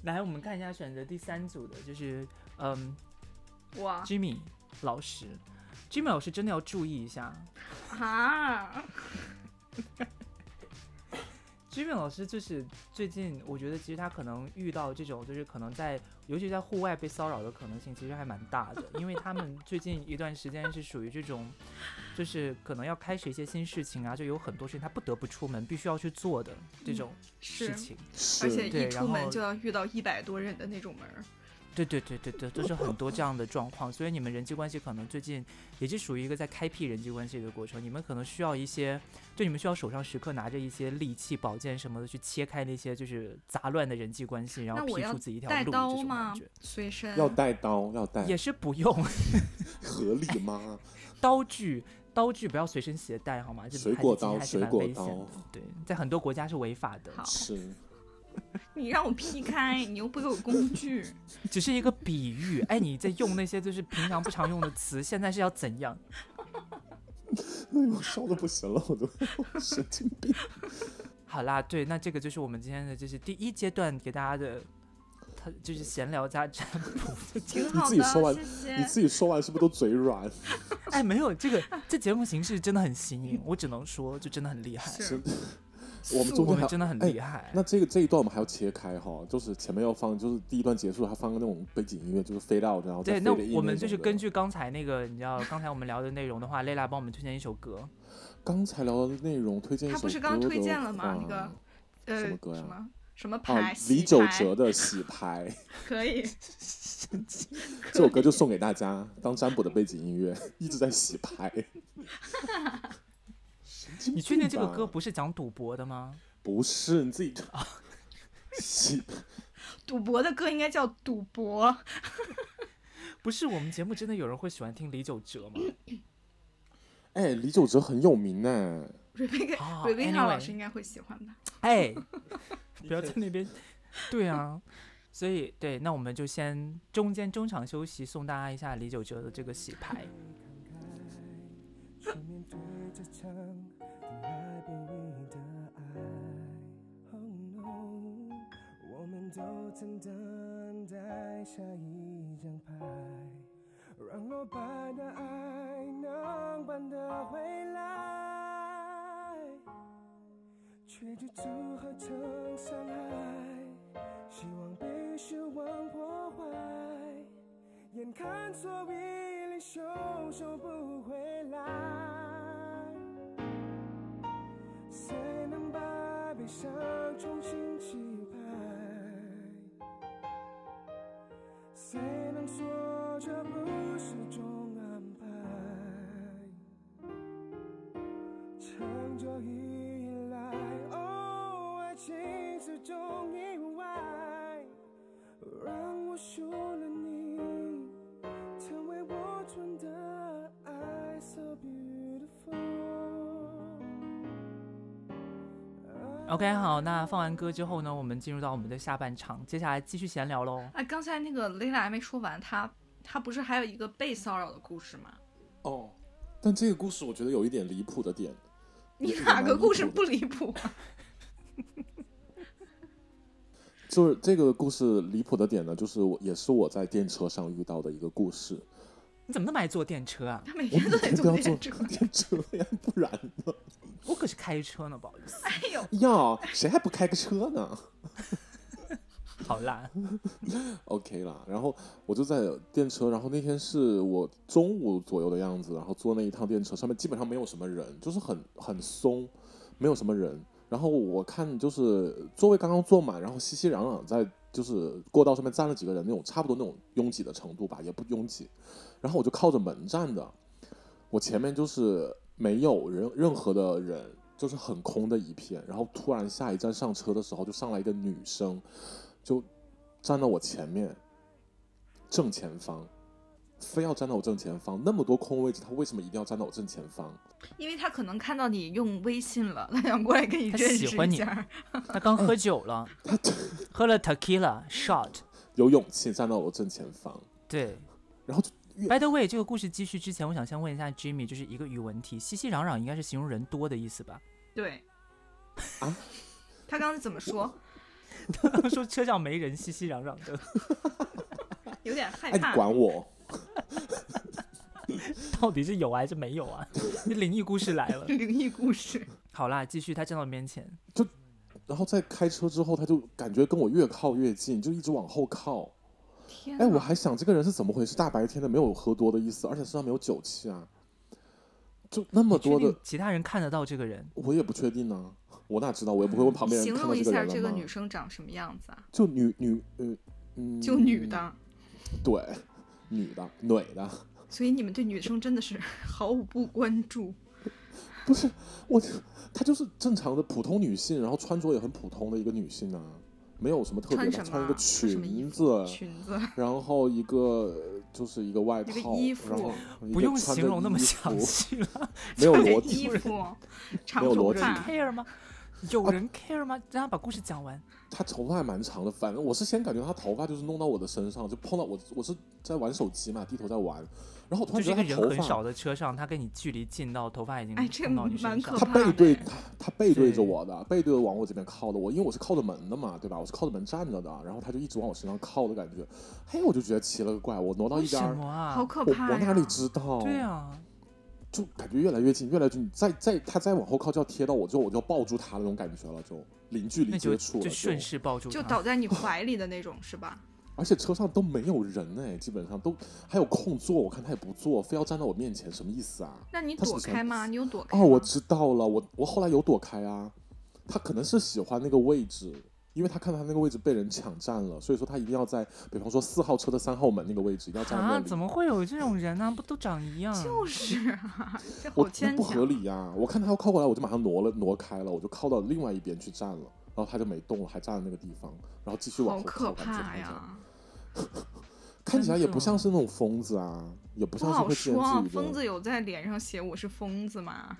[SPEAKER 1] 来，我们看一下选择第三组的，就是嗯
[SPEAKER 3] 我
[SPEAKER 1] ，Jimmy 老师，Jimmy 老师真的要注意一下。
[SPEAKER 3] 啊，
[SPEAKER 1] Jimmy 老师就是最近，我觉得其实他可能遇到这种，就是可能在，尤其在户外被骚扰的可能性，其实还蛮大的。因为他们最近一段时间是属于这种， 就是可能要开始一些新事情啊，就有很多事情他不得不出门，必须要去做的这种事
[SPEAKER 3] 是，
[SPEAKER 1] 情。
[SPEAKER 2] 是
[SPEAKER 3] 而且
[SPEAKER 1] 对
[SPEAKER 3] 一
[SPEAKER 1] 然
[SPEAKER 3] 出门
[SPEAKER 1] 后
[SPEAKER 3] 就要遇到一百多人的那种门儿。
[SPEAKER 1] 对对对对对，就是很多这样的状况，所以你们人际关系可能最近也是属于一个在开辟人际关系的过程，你们可能需要一些，就你们需要手上时刻拿着一些利器、宝剑什么的去切开那些就是杂乱的人际关系，然后
[SPEAKER 3] 那我
[SPEAKER 1] 劈
[SPEAKER 3] 要
[SPEAKER 1] 出自己一条
[SPEAKER 3] 带
[SPEAKER 1] 路这种
[SPEAKER 3] 刀
[SPEAKER 1] 感
[SPEAKER 3] 吗
[SPEAKER 1] 觉，？
[SPEAKER 3] 随身。
[SPEAKER 2] 要带刀，要带
[SPEAKER 1] 也，是不用
[SPEAKER 2] 合理吗？
[SPEAKER 1] 刀具。刀具不要随身携带，好吗？这
[SPEAKER 2] 水
[SPEAKER 1] 还
[SPEAKER 2] 果
[SPEAKER 1] 是今天
[SPEAKER 2] 刀
[SPEAKER 1] 还是
[SPEAKER 2] 水
[SPEAKER 1] 蛮
[SPEAKER 2] 果
[SPEAKER 1] 危险
[SPEAKER 2] 刀
[SPEAKER 1] 的。对，在很多国家是违法的，
[SPEAKER 3] 好，
[SPEAKER 2] 是，
[SPEAKER 3] 你让我劈开，你又不给我工具。
[SPEAKER 1] 只是一个比喻。哎，你在用那些就是平常不常用的词，现在是要怎样？
[SPEAKER 2] 哎呦，笑的不行了，我都 神经 病。
[SPEAKER 1] 好啦，对，那这个就是我们今天的，就是第一阶段给大家的，他就是闲聊加占卜。
[SPEAKER 3] 挺
[SPEAKER 2] 你
[SPEAKER 3] 好
[SPEAKER 2] 自己说
[SPEAKER 3] 的，
[SPEAKER 2] 完
[SPEAKER 3] 谢
[SPEAKER 2] 你
[SPEAKER 3] 谢。
[SPEAKER 2] 自己说完是不是都嘴软？
[SPEAKER 1] 哎，没有这个，这节目形式真的很新颖，我只能说，就真的很厉害，
[SPEAKER 3] 是
[SPEAKER 2] 真的，我们
[SPEAKER 1] 我
[SPEAKER 2] 中间
[SPEAKER 1] 们
[SPEAKER 2] 还
[SPEAKER 1] 真的很厉害。
[SPEAKER 2] 哎那这个这一段我们还要切开哈，就是前面要放，就是第一段结束还放个那种背景音乐，就是 fade out，然后再
[SPEAKER 1] 对，
[SPEAKER 2] fade
[SPEAKER 1] 那
[SPEAKER 2] in
[SPEAKER 1] 我们
[SPEAKER 2] 那
[SPEAKER 1] 就是
[SPEAKER 2] 种的
[SPEAKER 1] 根据刚才那个，你知道刚才我们聊的内容的话，蕾拉帮我们推荐一首歌，
[SPEAKER 2] 刚才聊的内容推荐一
[SPEAKER 3] 他
[SPEAKER 2] 首
[SPEAKER 3] 不是刚
[SPEAKER 2] 歌
[SPEAKER 3] 推
[SPEAKER 2] 的啊
[SPEAKER 3] 荐了吗
[SPEAKER 2] 话
[SPEAKER 3] 那个
[SPEAKER 2] 什
[SPEAKER 3] 呃
[SPEAKER 2] 么歌呀
[SPEAKER 3] 什么什么
[SPEAKER 2] 啊
[SPEAKER 3] 牌？
[SPEAKER 2] 李
[SPEAKER 3] 洗
[SPEAKER 2] 玖
[SPEAKER 3] 牌
[SPEAKER 2] 哲的《洗 牌》
[SPEAKER 3] 可以，
[SPEAKER 2] 这首歌就送给大家当占卜的背景音乐，一直在洗 牌。神经
[SPEAKER 1] 你确定这个
[SPEAKER 2] 病吧
[SPEAKER 1] 歌不是啊讲赌博的吗？
[SPEAKER 2] 不是你自己 洗
[SPEAKER 3] 赌博的歌应该叫赌 博，
[SPEAKER 1] 不是，我们节目真的有人会喜欢听李玖哲吗？
[SPEAKER 2] 哎，李玖哲很有名呢。
[SPEAKER 3] Rebecca、
[SPEAKER 2] 哦
[SPEAKER 1] 好
[SPEAKER 3] Rebecca 老
[SPEAKER 1] anyway
[SPEAKER 3] 师应该会喜欢吧？
[SPEAKER 1] 哎，不要在那边。对啊，所以对，那我们就先中间中场休息，送大家一下李玖哲的这个洗牌。
[SPEAKER 4] 去面对这场等来不易的爱。Oh no，我们都曾等待下一张牌，让落败的爱能扳得回来，却只组合成伤害，希望被失望破坏。眼看所以领袖收不回来，谁能把悲伤重新击败？谁能说这不是种安排？长久以来，哦，爱情是种意外。让我输了你，成为我存的爱，so beautiful。
[SPEAKER 1] OK，好，那放完歌之后呢，我们进入到我们的下半场，接下来继续闲聊喽。
[SPEAKER 3] 哎，刚才那个雷拉还没说完，她她不是还有一个被骚扰的故事吗？
[SPEAKER 2] 哦，但这个故事我觉得有一点离谱的点。
[SPEAKER 3] 你
[SPEAKER 2] 也也
[SPEAKER 3] 哪
[SPEAKER 2] 蛮
[SPEAKER 3] 个
[SPEAKER 2] 离
[SPEAKER 3] 故事
[SPEAKER 2] 谱的
[SPEAKER 3] 不离谱啊？
[SPEAKER 2] 就是这个故事离谱的点呢，就是我也是我在电车上遇到的一个故 事。
[SPEAKER 1] 你怎么那么爱坐电车啊？
[SPEAKER 3] 他每
[SPEAKER 2] 我
[SPEAKER 3] 天
[SPEAKER 2] 每
[SPEAKER 3] 都得
[SPEAKER 2] 天都
[SPEAKER 3] 坐
[SPEAKER 2] 要
[SPEAKER 3] 电
[SPEAKER 2] 坐
[SPEAKER 3] 车。
[SPEAKER 2] 电车呀，不然呢？
[SPEAKER 1] 我可是开车呢，不好意思。
[SPEAKER 3] 哎呦，
[SPEAKER 2] 呀，谁还不开个车呢？
[SPEAKER 1] 好啦，
[SPEAKER 2] OK 啦，然后我就在电车，然后那天是我中午左右的样子，然后坐那一趟电车，上面基本上没有什么人，就是很很松，没有什么人。然后我看就是座位刚刚坐满，然后熙熙攘攘在就是过道上面站了几个人，那种差不多那种拥挤的程度吧，也不拥挤。然后我就靠着门站的，我前面就是没有人任何的人，就是很空的一片。然后突然下一站上车的时候，就上来一个女生，就站到我前面正前方，非要站到我正前方，那么多空位置，他为什么一定要站到我正前方？
[SPEAKER 3] 因为他可能看到你用微信了，他想过来跟你
[SPEAKER 1] 他
[SPEAKER 3] 认识
[SPEAKER 1] 喜欢
[SPEAKER 3] 一
[SPEAKER 1] 你
[SPEAKER 3] 下。
[SPEAKER 1] 他刚喝酒了，喝了 tequila shot。
[SPEAKER 2] 有勇气站到我正前方，
[SPEAKER 1] 对
[SPEAKER 2] 然后就越
[SPEAKER 1] ，By the way，这个故事继续之前，我想先问一下 Jimmy，就是一个语文题，熙熙攘攘应该是形容人多的意思吧？
[SPEAKER 3] 对，
[SPEAKER 2] 啊
[SPEAKER 3] 他刚才怎么说？
[SPEAKER 1] 说车上没人，熙熙攘攘的，
[SPEAKER 3] 有点害
[SPEAKER 2] 哎，你
[SPEAKER 3] 怕。
[SPEAKER 2] 管我！
[SPEAKER 1] 到底是有还是没有啊？ 这灵异故事来了。
[SPEAKER 3] 灵异故事，
[SPEAKER 1] 好啦，继续，他站到面前，
[SPEAKER 2] 然后在开车之后，他就感觉跟我越靠越近，就一直往后靠。
[SPEAKER 3] 天哪！
[SPEAKER 2] 哎，我还想这个人是怎么回事？大白天的没有喝多的意思，而且身上没有酒气啊，就那么
[SPEAKER 1] 确
[SPEAKER 2] 多的
[SPEAKER 1] 定，其他人看得到这个人。
[SPEAKER 2] 我也不确定呢、啊我哪知道？我也不会问旁边
[SPEAKER 3] 形
[SPEAKER 2] 人看到
[SPEAKER 3] 容一
[SPEAKER 2] 这个
[SPEAKER 3] 下
[SPEAKER 2] 人了
[SPEAKER 3] 这个
[SPEAKER 2] 吗嗯
[SPEAKER 3] 女生长什么样子啊？
[SPEAKER 2] 就女女呃嗯，
[SPEAKER 3] 就女的，
[SPEAKER 2] 对，女的女的，
[SPEAKER 3] 所以你们对女生真的是毫无不关注。
[SPEAKER 2] 不是我，她就是正常的普通女性，然后穿着也很普通的一个女性啊，没有什么特别
[SPEAKER 3] 穿
[SPEAKER 2] 的，
[SPEAKER 3] 什么
[SPEAKER 2] 穿
[SPEAKER 3] 啊？
[SPEAKER 2] 一个
[SPEAKER 3] 穿什么衣
[SPEAKER 2] 裙
[SPEAKER 3] 服？
[SPEAKER 2] 子，
[SPEAKER 3] 裙子。
[SPEAKER 2] 然后一个呃就是一个外
[SPEAKER 3] 一个
[SPEAKER 2] 套，
[SPEAKER 3] 衣服
[SPEAKER 2] 然后一
[SPEAKER 1] 不
[SPEAKER 2] 个
[SPEAKER 1] 用
[SPEAKER 2] 穿
[SPEAKER 1] 形
[SPEAKER 2] 着
[SPEAKER 1] 容那么
[SPEAKER 2] 衣
[SPEAKER 1] 详
[SPEAKER 2] 服
[SPEAKER 1] 细 了，
[SPEAKER 2] 没有裸
[SPEAKER 3] 穿着
[SPEAKER 2] 体
[SPEAKER 3] 衣， 服，长
[SPEAKER 2] 没有
[SPEAKER 3] 头
[SPEAKER 2] 裸体
[SPEAKER 3] 发，
[SPEAKER 1] care 吗？有人 care 吗？让他把故事讲完。
[SPEAKER 2] 她头发还蛮长的，反正我是先感觉她头发就是弄到我的身上，就碰到我，我是在玩手机嘛，低头在玩，然后我
[SPEAKER 1] 就
[SPEAKER 2] 突然
[SPEAKER 1] 是
[SPEAKER 2] 觉
[SPEAKER 1] 一个
[SPEAKER 2] 得她
[SPEAKER 1] 人
[SPEAKER 2] 头
[SPEAKER 1] 很少
[SPEAKER 2] 发，
[SPEAKER 1] 的车上，他跟你距离近到头发已经
[SPEAKER 3] 哎这
[SPEAKER 1] 碰到你身
[SPEAKER 3] 蛮可
[SPEAKER 1] 上
[SPEAKER 2] 她。
[SPEAKER 3] 怕
[SPEAKER 2] 背
[SPEAKER 3] 的
[SPEAKER 2] 对她她背对着
[SPEAKER 1] 对
[SPEAKER 2] 我的，背对着往我这边靠的，我因为我是靠着门的嘛，对吧？我是靠着门站着的，然后她就一直往我身上靠的感觉，嘿，我就觉得奇了个怪，我挪到
[SPEAKER 1] 为
[SPEAKER 2] 一哦边
[SPEAKER 1] 什
[SPEAKER 2] 儿，
[SPEAKER 1] 么啊？
[SPEAKER 3] 好可
[SPEAKER 2] 我
[SPEAKER 3] 怕
[SPEAKER 2] 我
[SPEAKER 3] 呀！
[SPEAKER 2] 哪里知道？
[SPEAKER 1] 对啊，
[SPEAKER 2] 就感觉越来越近，越来越近。再再他再往后靠，就要贴到我，就我就要抱住他那种感觉了，就零距离
[SPEAKER 1] 那就
[SPEAKER 2] 接触了。
[SPEAKER 1] 就顺势抱住
[SPEAKER 3] 就
[SPEAKER 1] 他
[SPEAKER 3] 倒 在你怀里的那种，是吧？
[SPEAKER 2] 而且车上都没有人哎，基本上都还有空座，我看他也不坐，非要站到我面前，什么意思啊？
[SPEAKER 3] 那你
[SPEAKER 2] 他是
[SPEAKER 3] 躲
[SPEAKER 2] 想
[SPEAKER 3] 开吗？你有
[SPEAKER 2] 哦
[SPEAKER 3] 躲开吗？
[SPEAKER 2] 哦，我知道了，我我后来有躲开啊，他可能是喜欢那个位置，因为他看到他那个位置被人抢占了，所以说他一定要在，比方说四号车的三号门那个位置一定要站在那
[SPEAKER 1] 啊，
[SPEAKER 2] 里。
[SPEAKER 1] 怎么会有这种人呢、不都长一样？
[SPEAKER 3] 就是啊，这
[SPEAKER 2] 我
[SPEAKER 3] 好
[SPEAKER 2] 这
[SPEAKER 3] 牵
[SPEAKER 2] 不合
[SPEAKER 3] 强。
[SPEAKER 2] 理呀、啊我看他要靠过来，我就马上挪了挪开了，我就靠到另外一边去站了，然后他就没动了，还站在那个地方，然后继续往
[SPEAKER 3] 好
[SPEAKER 2] 后
[SPEAKER 3] 可
[SPEAKER 2] 靠感觉他
[SPEAKER 3] 怕
[SPEAKER 2] 这样
[SPEAKER 3] 呀！
[SPEAKER 2] 看起来也不
[SPEAKER 1] 真的
[SPEAKER 2] 像是那种疯子啊，也不
[SPEAKER 3] 不
[SPEAKER 2] 像是
[SPEAKER 3] 好
[SPEAKER 2] 会自言
[SPEAKER 3] 说啊，
[SPEAKER 2] 自语
[SPEAKER 3] 疯
[SPEAKER 2] 的，
[SPEAKER 3] 子有在脸上写我是疯子吗？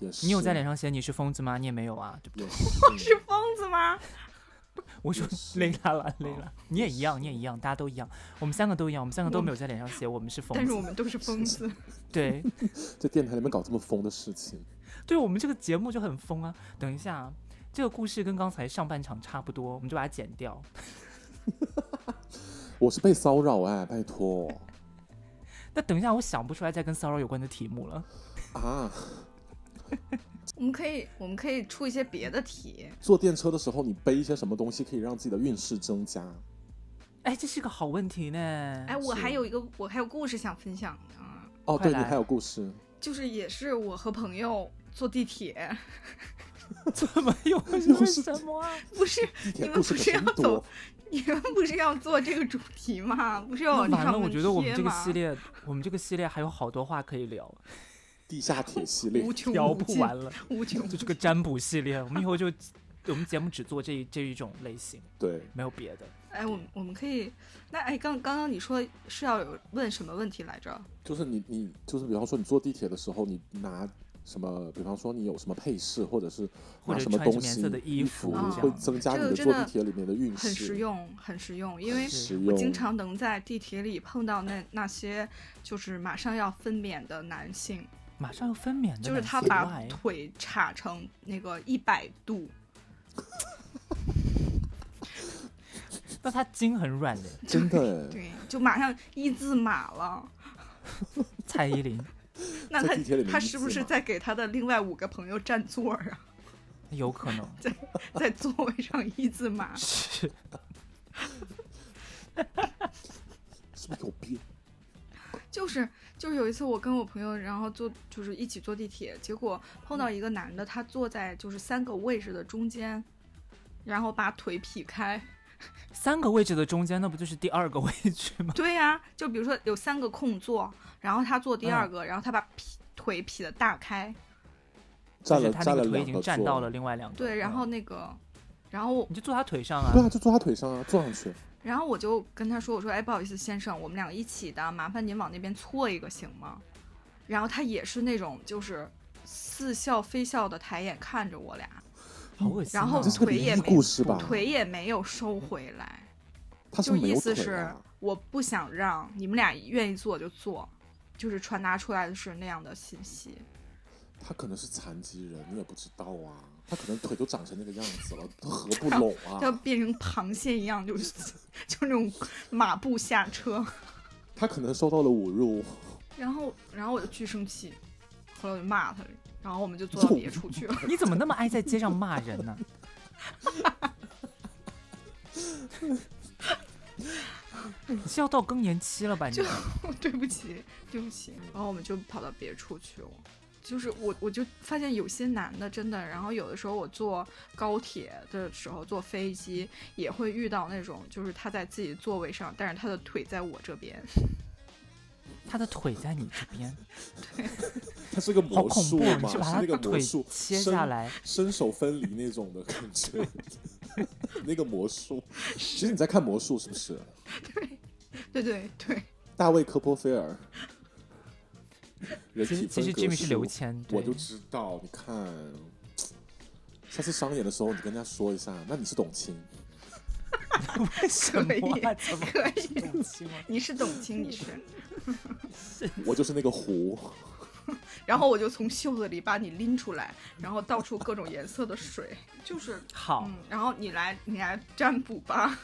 [SPEAKER 2] 也是
[SPEAKER 1] 你有在脸上写你是疯子吗？你也没有啊，对不对？
[SPEAKER 2] 也
[SPEAKER 3] 是
[SPEAKER 2] 是
[SPEAKER 3] 疯子吗？
[SPEAKER 1] 我说
[SPEAKER 2] 也是
[SPEAKER 1] 累啦啦，累啦，你也一样，你也一样，大家都一样，我们三个都一样，我们三个都
[SPEAKER 3] 我
[SPEAKER 1] 没有在脸上写我们是疯
[SPEAKER 3] 但是我
[SPEAKER 1] 子。
[SPEAKER 3] 们都是疯子。
[SPEAKER 1] 对，
[SPEAKER 2] 在电台里面搞这么疯的事情，
[SPEAKER 1] 对我们这个节目就很疯啊。等一下啊，这个故事跟刚才上半场差不多，我们就把它剪掉。
[SPEAKER 2] 我是被骚扰哎，拜托
[SPEAKER 1] 那等一下，我想不出来再跟骚扰有关的题目了。
[SPEAKER 2] 啊！
[SPEAKER 3] 我们可以，我们可以出一些别的题。
[SPEAKER 2] 坐电车的时候，你背一些什么东西可以让自己的运势增加？
[SPEAKER 1] 哎，这是个好问题呢。
[SPEAKER 3] 哎，我
[SPEAKER 2] 是
[SPEAKER 3] 还有一个，我还有故事想分享啊，
[SPEAKER 2] 哦，
[SPEAKER 1] 快
[SPEAKER 2] 对
[SPEAKER 1] 来
[SPEAKER 2] 你还有故事，
[SPEAKER 3] 就是也是我和朋友坐地铁，
[SPEAKER 1] 怎么又是为什么啊？
[SPEAKER 3] 不是
[SPEAKER 2] 地铁
[SPEAKER 3] 你们
[SPEAKER 2] 故事
[SPEAKER 3] 不
[SPEAKER 2] 可
[SPEAKER 3] 是
[SPEAKER 2] 真
[SPEAKER 3] 要
[SPEAKER 2] 多
[SPEAKER 3] 走。你们不是要做这个主题吗？不是要
[SPEAKER 1] 那
[SPEAKER 3] 往
[SPEAKER 1] 完
[SPEAKER 3] 上
[SPEAKER 1] 了，我觉得我们
[SPEAKER 3] 贴
[SPEAKER 1] 这个
[SPEAKER 3] 吗
[SPEAKER 1] 系列，我们这个系列还有好多话可以聊，
[SPEAKER 2] 地下铁系列
[SPEAKER 3] 无，穷
[SPEAKER 1] 聊
[SPEAKER 3] 无
[SPEAKER 1] 不
[SPEAKER 3] 尽，
[SPEAKER 1] 完了。
[SPEAKER 3] 无穷
[SPEAKER 1] 就
[SPEAKER 3] 无尽
[SPEAKER 1] 这个占卜系列，我们以后就 我们节目只做这一这一种类型，
[SPEAKER 2] 对，
[SPEAKER 1] 没有别的。
[SPEAKER 3] 哎，我们我们可以，那哎，刚刚刚你说是要有问什么问题来着？
[SPEAKER 2] 就是你你就是比方说你坐地铁的时候，你拿什么？比方说你有什么配饰，或者是
[SPEAKER 1] 或
[SPEAKER 2] 拿
[SPEAKER 1] 者
[SPEAKER 2] 什么
[SPEAKER 1] 穿什
[SPEAKER 2] 东
[SPEAKER 1] 么颜
[SPEAKER 2] 西
[SPEAKER 1] 色的衣
[SPEAKER 2] 服，
[SPEAKER 1] 服
[SPEAKER 3] 这
[SPEAKER 2] 会
[SPEAKER 1] 样
[SPEAKER 2] 增加
[SPEAKER 3] 这
[SPEAKER 2] 你
[SPEAKER 3] 个
[SPEAKER 2] 的
[SPEAKER 3] 真
[SPEAKER 2] 坐
[SPEAKER 3] 的
[SPEAKER 2] 地铁里面的运势。
[SPEAKER 3] 很实用，很实用，因为
[SPEAKER 2] 很实
[SPEAKER 3] 我
[SPEAKER 2] 用，
[SPEAKER 3] 经常能在地铁里碰到那那些就是马上要分娩的男性，
[SPEAKER 1] 马上要分娩的男性，
[SPEAKER 3] 就是他把
[SPEAKER 1] why？
[SPEAKER 3] 腿叉成那个一百度，
[SPEAKER 1] 那他筋很软的。
[SPEAKER 2] 真 的哎。
[SPEAKER 3] 对，就马上一字马 了。
[SPEAKER 1] 蔡依林
[SPEAKER 3] 那
[SPEAKER 2] 在
[SPEAKER 3] 他
[SPEAKER 2] 地铁里面
[SPEAKER 3] 他
[SPEAKER 2] 一
[SPEAKER 3] 是不
[SPEAKER 2] 字
[SPEAKER 3] 是
[SPEAKER 2] 马
[SPEAKER 3] 在给他的另外五个朋友占座儿啊，
[SPEAKER 1] 有可能
[SPEAKER 3] 在座位上一字马？
[SPEAKER 1] 是
[SPEAKER 2] 是不是有病？
[SPEAKER 3] 就是就是有一次我跟我朋友，然后坐就是一起坐地铁，结果碰到一个男的，他坐在就是三个位置的中间，然后把腿劈开。
[SPEAKER 1] 三个位置的中间，那不就是第二个位置吗？
[SPEAKER 3] 对呀、就比如说有三个空座，然后他坐第二个，然后他把劈腿劈的大开，
[SPEAKER 1] 就
[SPEAKER 2] 占
[SPEAKER 1] 是
[SPEAKER 2] 了
[SPEAKER 1] 他那
[SPEAKER 2] 占了
[SPEAKER 1] 个腿已
[SPEAKER 2] 两
[SPEAKER 1] 经
[SPEAKER 2] 个
[SPEAKER 1] 站到了
[SPEAKER 2] 座，
[SPEAKER 1] 另外两个。
[SPEAKER 3] 对，然后
[SPEAKER 1] 嗯
[SPEAKER 3] 那个，然后我
[SPEAKER 1] 你就坐他腿上啊
[SPEAKER 2] 对。啊，就坐他腿上啊，坐上去。
[SPEAKER 3] 然后我就跟他说，我说哎不好意思先生，我们两个一起的，麻烦您往那边错一个行吗？然后他也是那种就是似笑非笑的抬眼看着我俩，
[SPEAKER 1] 好恶心啊。
[SPEAKER 3] 然后
[SPEAKER 2] 这是个
[SPEAKER 3] 腿也
[SPEAKER 2] 灵异
[SPEAKER 3] 没
[SPEAKER 2] 故事吧？
[SPEAKER 3] 腿也没有收回来。
[SPEAKER 2] 他是
[SPEAKER 3] 就
[SPEAKER 2] 不是没
[SPEAKER 3] 意
[SPEAKER 2] 有
[SPEAKER 3] 思
[SPEAKER 2] 腿
[SPEAKER 3] 是
[SPEAKER 2] 啊。
[SPEAKER 3] 我不想让你们俩愿意做就做，就是传达出来的是那样的信息。
[SPEAKER 2] 他可能是残疾人，你也不知道啊。他可能腿都长成那个样子了，他合不拢
[SPEAKER 3] 要
[SPEAKER 2] 啊。
[SPEAKER 3] 变成螃蟹一样，就是 就那种马步下车。
[SPEAKER 2] 他可能受到了侮辱，
[SPEAKER 3] 然后，然后我就巨生气，后来我就骂他，然后我们就坐到别处去了。
[SPEAKER 1] 你怎么那么爱在街上骂人呢？ 你是要到更年期了吧？你
[SPEAKER 3] 就 对不起，对不
[SPEAKER 1] 嗯
[SPEAKER 3] 起。然后我们就跑到别处去了。就是我，我就发现有些男的真的，然后有的时候我坐高铁的时候，坐飞机也会遇到那种，就是他在自己座位上，但是他的腿在我这边，
[SPEAKER 1] 他的腿在你这边，
[SPEAKER 2] 他是个
[SPEAKER 1] 好
[SPEAKER 2] 魔
[SPEAKER 1] 恐
[SPEAKER 2] 术
[SPEAKER 1] 怖！啊你
[SPEAKER 2] 嘛，
[SPEAKER 1] 是
[SPEAKER 2] 是
[SPEAKER 1] 把他
[SPEAKER 2] 那
[SPEAKER 1] 的
[SPEAKER 2] 个魔
[SPEAKER 1] 腿
[SPEAKER 2] 术
[SPEAKER 1] 切下
[SPEAKER 2] 伸
[SPEAKER 1] 来，
[SPEAKER 2] 伸手分离那种的感觉，那个魔术。其实你在看魔术是不是？
[SPEAKER 3] 对对对，
[SPEAKER 2] 大卫科波菲尔，人
[SPEAKER 1] 其实其
[SPEAKER 2] 体分
[SPEAKER 1] 实
[SPEAKER 2] 隔
[SPEAKER 1] Jimmy 是
[SPEAKER 2] 术
[SPEAKER 1] 刘谦，对
[SPEAKER 2] 我就知道。你看，下次商演的时候你跟人家说一下，那你是董卿，
[SPEAKER 1] 为什
[SPEAKER 3] 可以
[SPEAKER 1] 么啊怎么
[SPEAKER 3] 可以
[SPEAKER 1] 这种情况
[SPEAKER 3] 你是董 卿，你是。
[SPEAKER 2] 我就是那个湖。
[SPEAKER 3] 然后我就从袖子里把你拎出来，然后倒出各种颜色的水，就是，
[SPEAKER 1] 好
[SPEAKER 3] 嗯，，然后你来你来占卜 吧。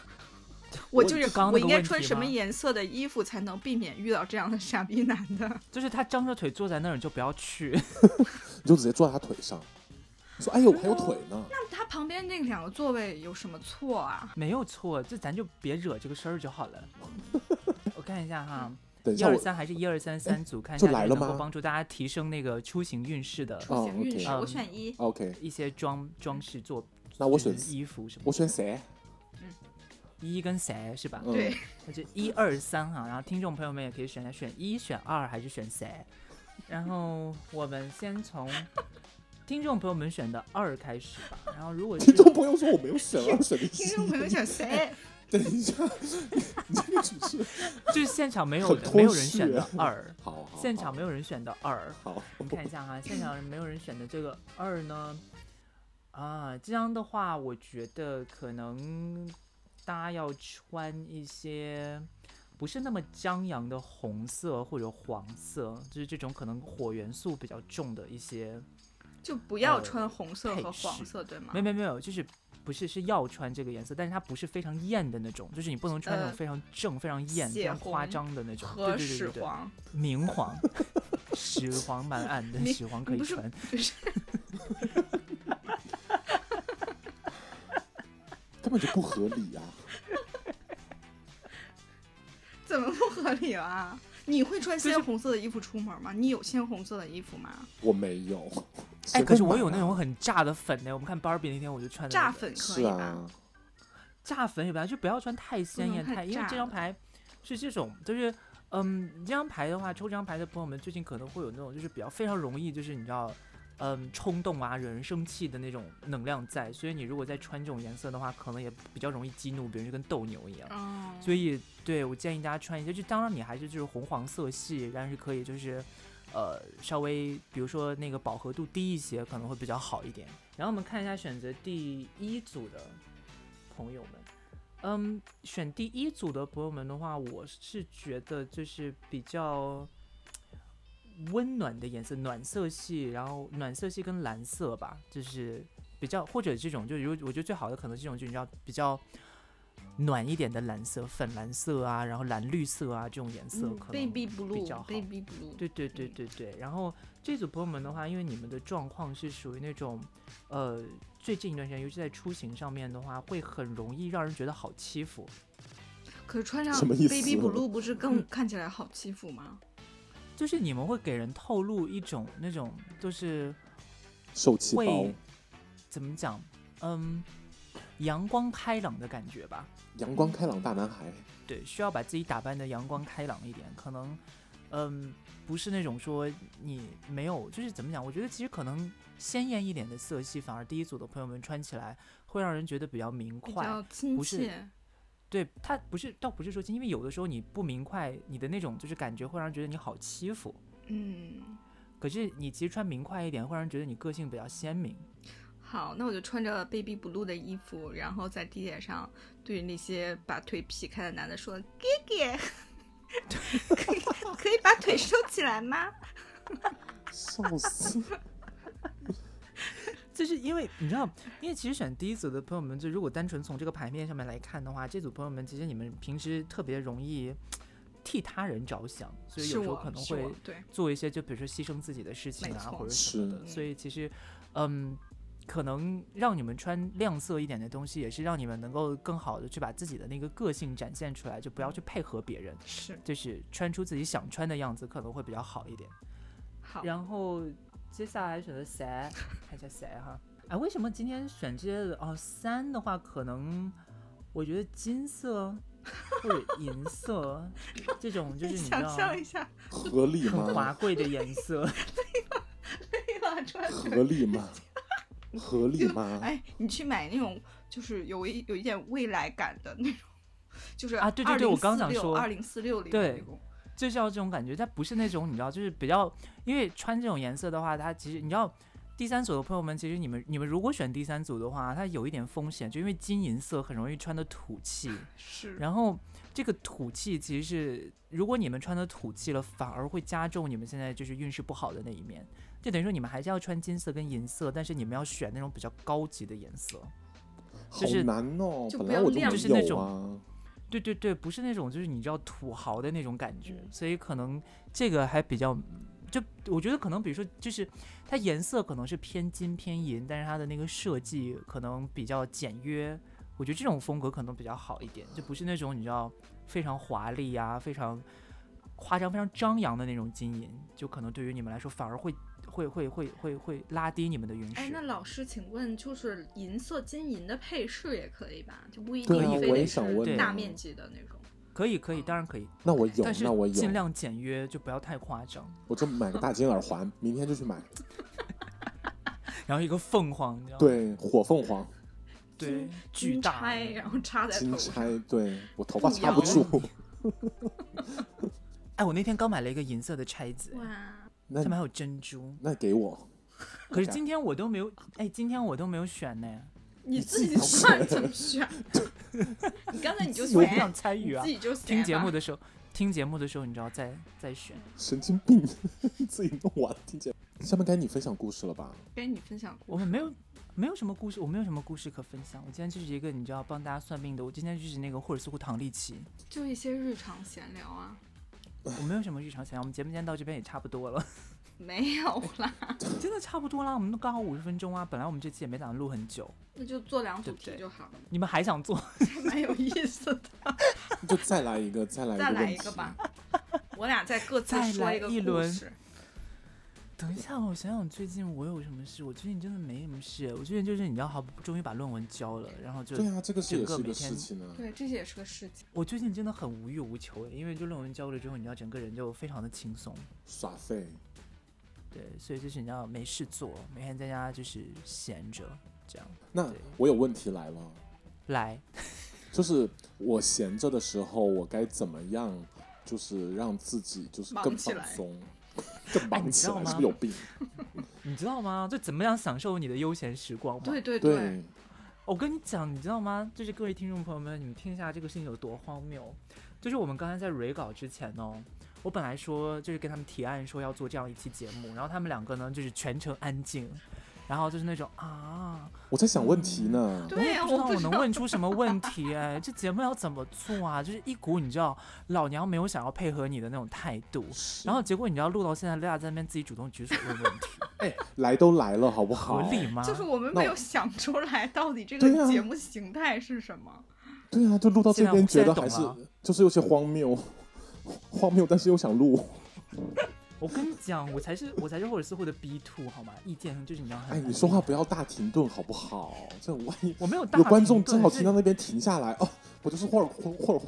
[SPEAKER 3] 我就是
[SPEAKER 1] 刚刚那
[SPEAKER 3] 我
[SPEAKER 1] 个
[SPEAKER 3] 应该
[SPEAKER 1] 问题
[SPEAKER 3] 穿什么
[SPEAKER 1] 吗
[SPEAKER 3] 颜色的衣服才能避免遇到这样的傻逼男的？
[SPEAKER 1] 就是他张着腿坐在那儿，你就不要去。
[SPEAKER 2] 你就直接坐在他腿上，说：“哎呦，我还有腿呢。
[SPEAKER 3] 那他旁边那两个座位有什么错啊？
[SPEAKER 1] 没有错，这咱就别惹这个事儿就好了。我看一下哈，”
[SPEAKER 2] 等一
[SPEAKER 1] 一
[SPEAKER 2] 下
[SPEAKER 1] 二
[SPEAKER 2] 我啊哎
[SPEAKER 1] 三还是一二三三组，看一
[SPEAKER 2] 就
[SPEAKER 1] 下谁
[SPEAKER 2] 来了
[SPEAKER 1] 能够
[SPEAKER 2] 吗
[SPEAKER 1] 帮助大家提升那个出行运势的
[SPEAKER 3] 出行运势，
[SPEAKER 2] 哦
[SPEAKER 1] ，OK
[SPEAKER 3] 我选一。
[SPEAKER 2] ，OK，
[SPEAKER 1] 一些装装饰作
[SPEAKER 2] 那我
[SPEAKER 1] 就
[SPEAKER 2] 选
[SPEAKER 1] 是衣服什么
[SPEAKER 2] 我选谁？
[SPEAKER 1] 一跟谁是吧？
[SPEAKER 2] 嗯
[SPEAKER 3] 对，
[SPEAKER 1] 那就一二三哈，然后听众朋友们也可以选选一、选二还是选谁。然后我们先 从听众朋友们选的二开始吧。然后如果是
[SPEAKER 2] 听众朋友说我没有选二选的
[SPEAKER 3] 听众朋友 想谁？
[SPEAKER 2] 等一下，你这个主持人
[SPEAKER 1] 就是现场没有
[SPEAKER 2] 很
[SPEAKER 1] 人
[SPEAKER 2] 脱
[SPEAKER 1] 没有人
[SPEAKER 2] 序
[SPEAKER 1] 选的
[SPEAKER 2] 啊
[SPEAKER 1] 二，
[SPEAKER 2] 好好，
[SPEAKER 1] 现场
[SPEAKER 2] 好
[SPEAKER 1] 没有人选的二。
[SPEAKER 2] 好，
[SPEAKER 1] 我们看一下哈，现场没有人选的这个二呢，啊，这样的话，我觉得可能大家要穿一些不是那么张扬的红色或者黄色，就是这种可能火元素比较重的一些，
[SPEAKER 3] 就不要
[SPEAKER 1] 呃
[SPEAKER 3] 穿红色
[SPEAKER 1] 配
[SPEAKER 3] 和
[SPEAKER 1] 饰
[SPEAKER 3] 黄色，对吗？
[SPEAKER 1] 没有没有没有，就是不是是要穿这个颜色，但是它不是非常艳的那种，就是你不能穿那种
[SPEAKER 3] 呃
[SPEAKER 1] 非常正、非常艳、非
[SPEAKER 3] 血
[SPEAKER 1] 常夸
[SPEAKER 3] 红
[SPEAKER 1] 张的那种，对对
[SPEAKER 3] 和
[SPEAKER 1] 对
[SPEAKER 3] 始
[SPEAKER 1] 对对，
[SPEAKER 3] 皇，
[SPEAKER 1] 明黄， 始皇蛮暗的，
[SPEAKER 3] 明
[SPEAKER 1] 始皇可以
[SPEAKER 3] 不是
[SPEAKER 1] 穿。
[SPEAKER 3] 就是
[SPEAKER 2] 根本就不合理啊！
[SPEAKER 3] 怎么不合理啊？你会穿鲜红色的衣服出门吗？你有鲜红色的衣服吗？
[SPEAKER 2] 我没有，
[SPEAKER 1] 哎，
[SPEAKER 2] 谁
[SPEAKER 1] 可
[SPEAKER 2] 会
[SPEAKER 1] 是我
[SPEAKER 2] 买
[SPEAKER 1] 有那
[SPEAKER 2] 啊
[SPEAKER 1] 种很炸的粉呢。我们看 Barbie 那天我就穿的那
[SPEAKER 3] 炸
[SPEAKER 1] 个
[SPEAKER 3] 粉可
[SPEAKER 2] 是
[SPEAKER 3] 以吧？
[SPEAKER 2] 啊，
[SPEAKER 1] 炸粉也不要，就不要穿太鲜
[SPEAKER 3] 能
[SPEAKER 1] 艳
[SPEAKER 3] 太
[SPEAKER 1] 太，因为
[SPEAKER 3] 炸
[SPEAKER 1] 这张
[SPEAKER 3] 了
[SPEAKER 1] 牌是这种，就是嗯，这张牌的话，抽这张牌的朋友们最近可能会有那种就是比较非常容易就是你知道。嗯，冲动啊，惹人生气的那种能量在，所以你如果再穿这种颜色的话，可能也比较容易激怒别人，就跟斗牛一样。
[SPEAKER 3] 哦，
[SPEAKER 1] 所以，对我建议大家穿一些，就当然你还是就是红黄色系，但是可以就是，呃，稍微比如说那个饱和度低一些，可能会比较好一点。然后我们看一下选择第一组的朋友们，嗯，选第一组的朋友们的话，我是觉得就是比较温暖的颜色，暖色系，然后暖色系跟蓝色吧，就是比较或者这种，就如我觉得最好的可能这种就你知道比较。暖一点的蓝色，粉蓝色啊，然后蓝绿色啊，这种颜色可能
[SPEAKER 3] 嗯 baby
[SPEAKER 1] 比较好。
[SPEAKER 3] blue，baby blue，
[SPEAKER 1] 对对对
[SPEAKER 3] 嗯
[SPEAKER 1] 对对。然后这组朋友们的话，因为你们的状况是属于那种，呃，最近一段时间，尤其在出行上面的话，会很容易让人觉得好欺负。
[SPEAKER 3] 可是穿上
[SPEAKER 2] 什么意思
[SPEAKER 3] baby blue 不是
[SPEAKER 1] 嗯
[SPEAKER 3] 更看起来好欺负吗？
[SPEAKER 1] 就是你们会给人透露一种那种，就是
[SPEAKER 2] 受气包
[SPEAKER 1] 会，怎么讲，嗯，阳光开朗的感觉吧。
[SPEAKER 2] 阳光开朗大男孩，
[SPEAKER 1] 对，需要把自己打扮的阳光开朗一点，可能，嗯，不是那种说你没有，就是怎么讲？我觉得其实可能鲜艳一点的色系，反而第一组的朋友们穿起来会让人觉得比较明
[SPEAKER 3] 比
[SPEAKER 1] 快，
[SPEAKER 3] 较亲
[SPEAKER 1] 不是
[SPEAKER 3] 切，
[SPEAKER 1] 对他不是，倒不是说，因为有的时候你不明快，你的那种就是感觉会让人觉得你好欺负。
[SPEAKER 3] 嗯，
[SPEAKER 1] 可是你其实穿明快一点，会让人觉得你个性比较鲜明。
[SPEAKER 3] 好，那我就穿着 baby blue 的衣服，然后在地铁上对那些把腿劈开的男的说：“哥哥，可以 可以把腿收起来 吗
[SPEAKER 2] 笑死！
[SPEAKER 1] 就是因为你知道，因为其实选第一组的朋友们，就如果单纯从这个牌面上面来看的话，这组朋友们其实你们平时特别容易替他人着想，？”所以
[SPEAKER 3] 是
[SPEAKER 1] 有时候
[SPEAKER 3] 我，
[SPEAKER 1] 可能
[SPEAKER 3] 是
[SPEAKER 1] 会
[SPEAKER 3] 我对，
[SPEAKER 1] 做一些就比如说牺牲自己的事情
[SPEAKER 3] 没
[SPEAKER 1] 啊，
[SPEAKER 3] 错
[SPEAKER 1] 或者什么的。
[SPEAKER 3] 是
[SPEAKER 1] 所以其实，嗯，可能让你们穿亮色一点的东西，也是让你们能够更好的去把自己的那个个性展现出来，就不要去配合别人，
[SPEAKER 3] 是
[SPEAKER 1] 就是穿出自己想穿的样子，可能会比较好一点。
[SPEAKER 3] 好，
[SPEAKER 1] 然后接下来选择谁？看一下谁哈。哎，为什么今天选这些的？哦，三的话，可能我觉得金色或者银 色这种，就是
[SPEAKER 3] 你
[SPEAKER 1] 你知道
[SPEAKER 3] 想象一下，
[SPEAKER 2] 合理
[SPEAKER 1] 很华
[SPEAKER 2] 吗？
[SPEAKER 1] 贵的颜色。
[SPEAKER 3] 对呀，穿着
[SPEAKER 2] 合理吗？合理 吗？
[SPEAKER 3] 哎，你去买那种就是有一有一点未来感的那种，就是
[SPEAKER 1] 啊对对对我刚想说
[SPEAKER 3] 二零四六里
[SPEAKER 1] 对
[SPEAKER 3] 面那种
[SPEAKER 1] 就是要这种感觉，它不是那种你知道，就是比较，因为穿这种颜色的话，它其实你知道，第三组的朋友们，其实你们你们如果选第三组的话，它有一点风险，就因为金银色很容易穿的土气，
[SPEAKER 3] 是，
[SPEAKER 1] 然后这个土气其实是，如果你们穿的土气了，反而会加重你们现在就是运势不好的那一面，就等于说你们还是要穿金色跟银色，但是你们要选那种比较高级的颜色。
[SPEAKER 2] 好
[SPEAKER 1] 就是
[SPEAKER 2] 难哦，
[SPEAKER 3] 就
[SPEAKER 2] 本
[SPEAKER 3] 不
[SPEAKER 2] 来
[SPEAKER 3] 要
[SPEAKER 2] 我就
[SPEAKER 3] 亮
[SPEAKER 1] 就是
[SPEAKER 2] 没
[SPEAKER 1] 那
[SPEAKER 2] 有
[SPEAKER 1] 种
[SPEAKER 2] 啊。
[SPEAKER 1] 对对对，不是那种就是你知道土豪的那种感觉，
[SPEAKER 3] 嗯
[SPEAKER 1] 所以可能这个还比较，就我觉得可能比如说就是它颜色可能是偏金偏银，但是它的那个设计可能比较简约，我觉得这种风格可能比较好一点，就不是那种你知道非常华丽呀、非常夸张、非常张扬的那种金银，就可能对于你们来说反而会会会会会会拉低你们的云
[SPEAKER 3] 哎，那
[SPEAKER 1] 石。
[SPEAKER 3] 老师，请问就是银色、金银的配饰也可以吧？就不一定
[SPEAKER 2] 对
[SPEAKER 1] 啊
[SPEAKER 3] 非
[SPEAKER 1] 我
[SPEAKER 2] 也
[SPEAKER 3] 得
[SPEAKER 2] 想问
[SPEAKER 3] 是
[SPEAKER 1] 呢
[SPEAKER 3] 大面积的那种。
[SPEAKER 1] 可以可以，当然可以，
[SPEAKER 2] 那我有
[SPEAKER 1] 但，是
[SPEAKER 2] 那我有啊
[SPEAKER 1] 尽，量简约，就不要太夸张。
[SPEAKER 2] 我就买个大金耳环，明天就去
[SPEAKER 3] 哦
[SPEAKER 2] 买。
[SPEAKER 1] 然后一个凤凰，你知道吗？
[SPEAKER 2] 对，火凤凰
[SPEAKER 1] 对，巨
[SPEAKER 3] 金
[SPEAKER 1] 大
[SPEAKER 3] 钗，啊然后插 在
[SPEAKER 2] 金
[SPEAKER 3] 头上。
[SPEAKER 2] 钗，对我头发
[SPEAKER 3] 路
[SPEAKER 2] 插不
[SPEAKER 3] 遥
[SPEAKER 2] 住。
[SPEAKER 1] 哎，我那天刚买了一个银色的钗子，
[SPEAKER 3] 哇，
[SPEAKER 2] 那
[SPEAKER 1] 上面还有珍珠。
[SPEAKER 2] 那给我，
[SPEAKER 1] 可是今天我都没有，哎，今天我都没有选呢。
[SPEAKER 3] 你
[SPEAKER 2] 自
[SPEAKER 3] 自
[SPEAKER 2] 己
[SPEAKER 3] 己算怎么选？你刚才你就
[SPEAKER 1] 我
[SPEAKER 3] 选
[SPEAKER 1] 不，想参
[SPEAKER 3] 你
[SPEAKER 1] 与啊
[SPEAKER 3] 自。己就选
[SPEAKER 1] 听节
[SPEAKER 3] 吧嗯
[SPEAKER 1] 目的时候，听节目的时候，你知道再再选。
[SPEAKER 2] 神经病， 自己弄完听见。下面该你分享故事了吧？
[SPEAKER 3] 给你分享
[SPEAKER 1] 我
[SPEAKER 3] 过。
[SPEAKER 1] 们没有没有什么故事，我没有什么故事可分享。我今天就是一个你知道帮大家算命的，我今天就是那个霍尔斯库唐利 奇。
[SPEAKER 3] 就一些日常闲聊啊，
[SPEAKER 1] 我没有什么日常想聊，我们节目今天到这边也差不多了，
[SPEAKER 3] 没有啦，
[SPEAKER 1] 真的差不多啦。我们都刚好五十分钟啊，本来我们这期也没打算录很久，
[SPEAKER 3] 那就做两组
[SPEAKER 1] 对
[SPEAKER 3] 题
[SPEAKER 1] 不对
[SPEAKER 3] 就好了，
[SPEAKER 1] 你们还想做？
[SPEAKER 3] 还蛮有意思的。
[SPEAKER 2] 就再来一个，再 来一个
[SPEAKER 3] 再
[SPEAKER 2] 问
[SPEAKER 3] 来
[SPEAKER 2] 题
[SPEAKER 3] 一个吧，我俩再各自
[SPEAKER 1] 再
[SPEAKER 3] 说
[SPEAKER 1] 来
[SPEAKER 3] 个
[SPEAKER 1] 一
[SPEAKER 3] 故
[SPEAKER 1] 轮
[SPEAKER 3] 事。
[SPEAKER 1] 等一下，我想想最近我有什么事？我最近真的没什么事。我最近就是你知道，好不终于把论文交了，然后就
[SPEAKER 2] 对啊，这个是也
[SPEAKER 1] 整个
[SPEAKER 2] 是一个
[SPEAKER 1] 每天
[SPEAKER 2] 事情啊。
[SPEAKER 3] 对，这些也是个事情。
[SPEAKER 1] 我最近真的很无欲无求，欸因为就论文交了之后，你知道整个人就非常的轻松。
[SPEAKER 2] 耍废，
[SPEAKER 1] 对，所以就是你知道没事做，每天在家就是闲着这样。
[SPEAKER 2] 那
[SPEAKER 1] 对
[SPEAKER 2] 我有问题来了，
[SPEAKER 1] 来，
[SPEAKER 2] 就是我闲着的时候，我该怎么样，就是让自己就是
[SPEAKER 3] 忙
[SPEAKER 2] 更
[SPEAKER 3] 起来
[SPEAKER 2] 放松， 更
[SPEAKER 1] 哎
[SPEAKER 2] 忙
[SPEAKER 1] 你
[SPEAKER 2] 起
[SPEAKER 1] 知道
[SPEAKER 2] 来，是
[SPEAKER 1] 吗
[SPEAKER 2] 不是有病？
[SPEAKER 1] 你知道吗？就怎么样享受你的悠闲时光吗？
[SPEAKER 3] 对对对，
[SPEAKER 2] 对，
[SPEAKER 1] 我跟你讲，你知道吗？就是各位听众朋友们，你们听一下这个事情有多荒谬。就是我们刚才在蕊稿之前呢，我本来说就是跟他们提案说要做这样一期节目，然后他们两个呢就是全程安静，然后就是那种啊，
[SPEAKER 2] 我在想问题呢。
[SPEAKER 3] 对
[SPEAKER 1] 我也
[SPEAKER 3] 呀
[SPEAKER 1] 不知
[SPEAKER 3] 我
[SPEAKER 1] 道
[SPEAKER 3] 不
[SPEAKER 1] 我
[SPEAKER 3] 知
[SPEAKER 1] 能
[SPEAKER 3] 道
[SPEAKER 1] 问出什么问题哎，这节目要怎么做啊？就是一股你知道老娘没有想要配合你的那种态度，
[SPEAKER 2] 是
[SPEAKER 1] 然后结果你知道录到现在，大家在那边自己主动举手问问题，
[SPEAKER 2] 哎，来都来了，好不好？
[SPEAKER 1] 合理吗？
[SPEAKER 3] 就是我们
[SPEAKER 2] 啊那
[SPEAKER 3] 没
[SPEAKER 2] 我
[SPEAKER 3] 有想出来到底这
[SPEAKER 2] 对
[SPEAKER 3] 个
[SPEAKER 2] 啊
[SPEAKER 3] 节目形态是什么。
[SPEAKER 2] 对啊，就录到
[SPEAKER 1] 现
[SPEAKER 2] 这
[SPEAKER 1] 在
[SPEAKER 2] 边，
[SPEAKER 1] 我
[SPEAKER 2] 觉
[SPEAKER 1] 现在
[SPEAKER 2] 得还
[SPEAKER 1] 懂
[SPEAKER 2] 是
[SPEAKER 1] 了
[SPEAKER 2] 就是有些荒谬， 荒谬，但是又想 录。
[SPEAKER 1] 我跟你讲，我才是我才是霍尔斯霍的 B two 好吗？意见就是你知道很
[SPEAKER 2] 哎，
[SPEAKER 1] 难
[SPEAKER 2] 你说
[SPEAKER 1] 避
[SPEAKER 2] 话不要大停顿，好不好？这万一
[SPEAKER 1] 我没有大
[SPEAKER 2] 有观众
[SPEAKER 1] 停顿
[SPEAKER 2] 正好听到
[SPEAKER 1] 是
[SPEAKER 2] 那边停下来，哦，我就是霍尔霍霍尔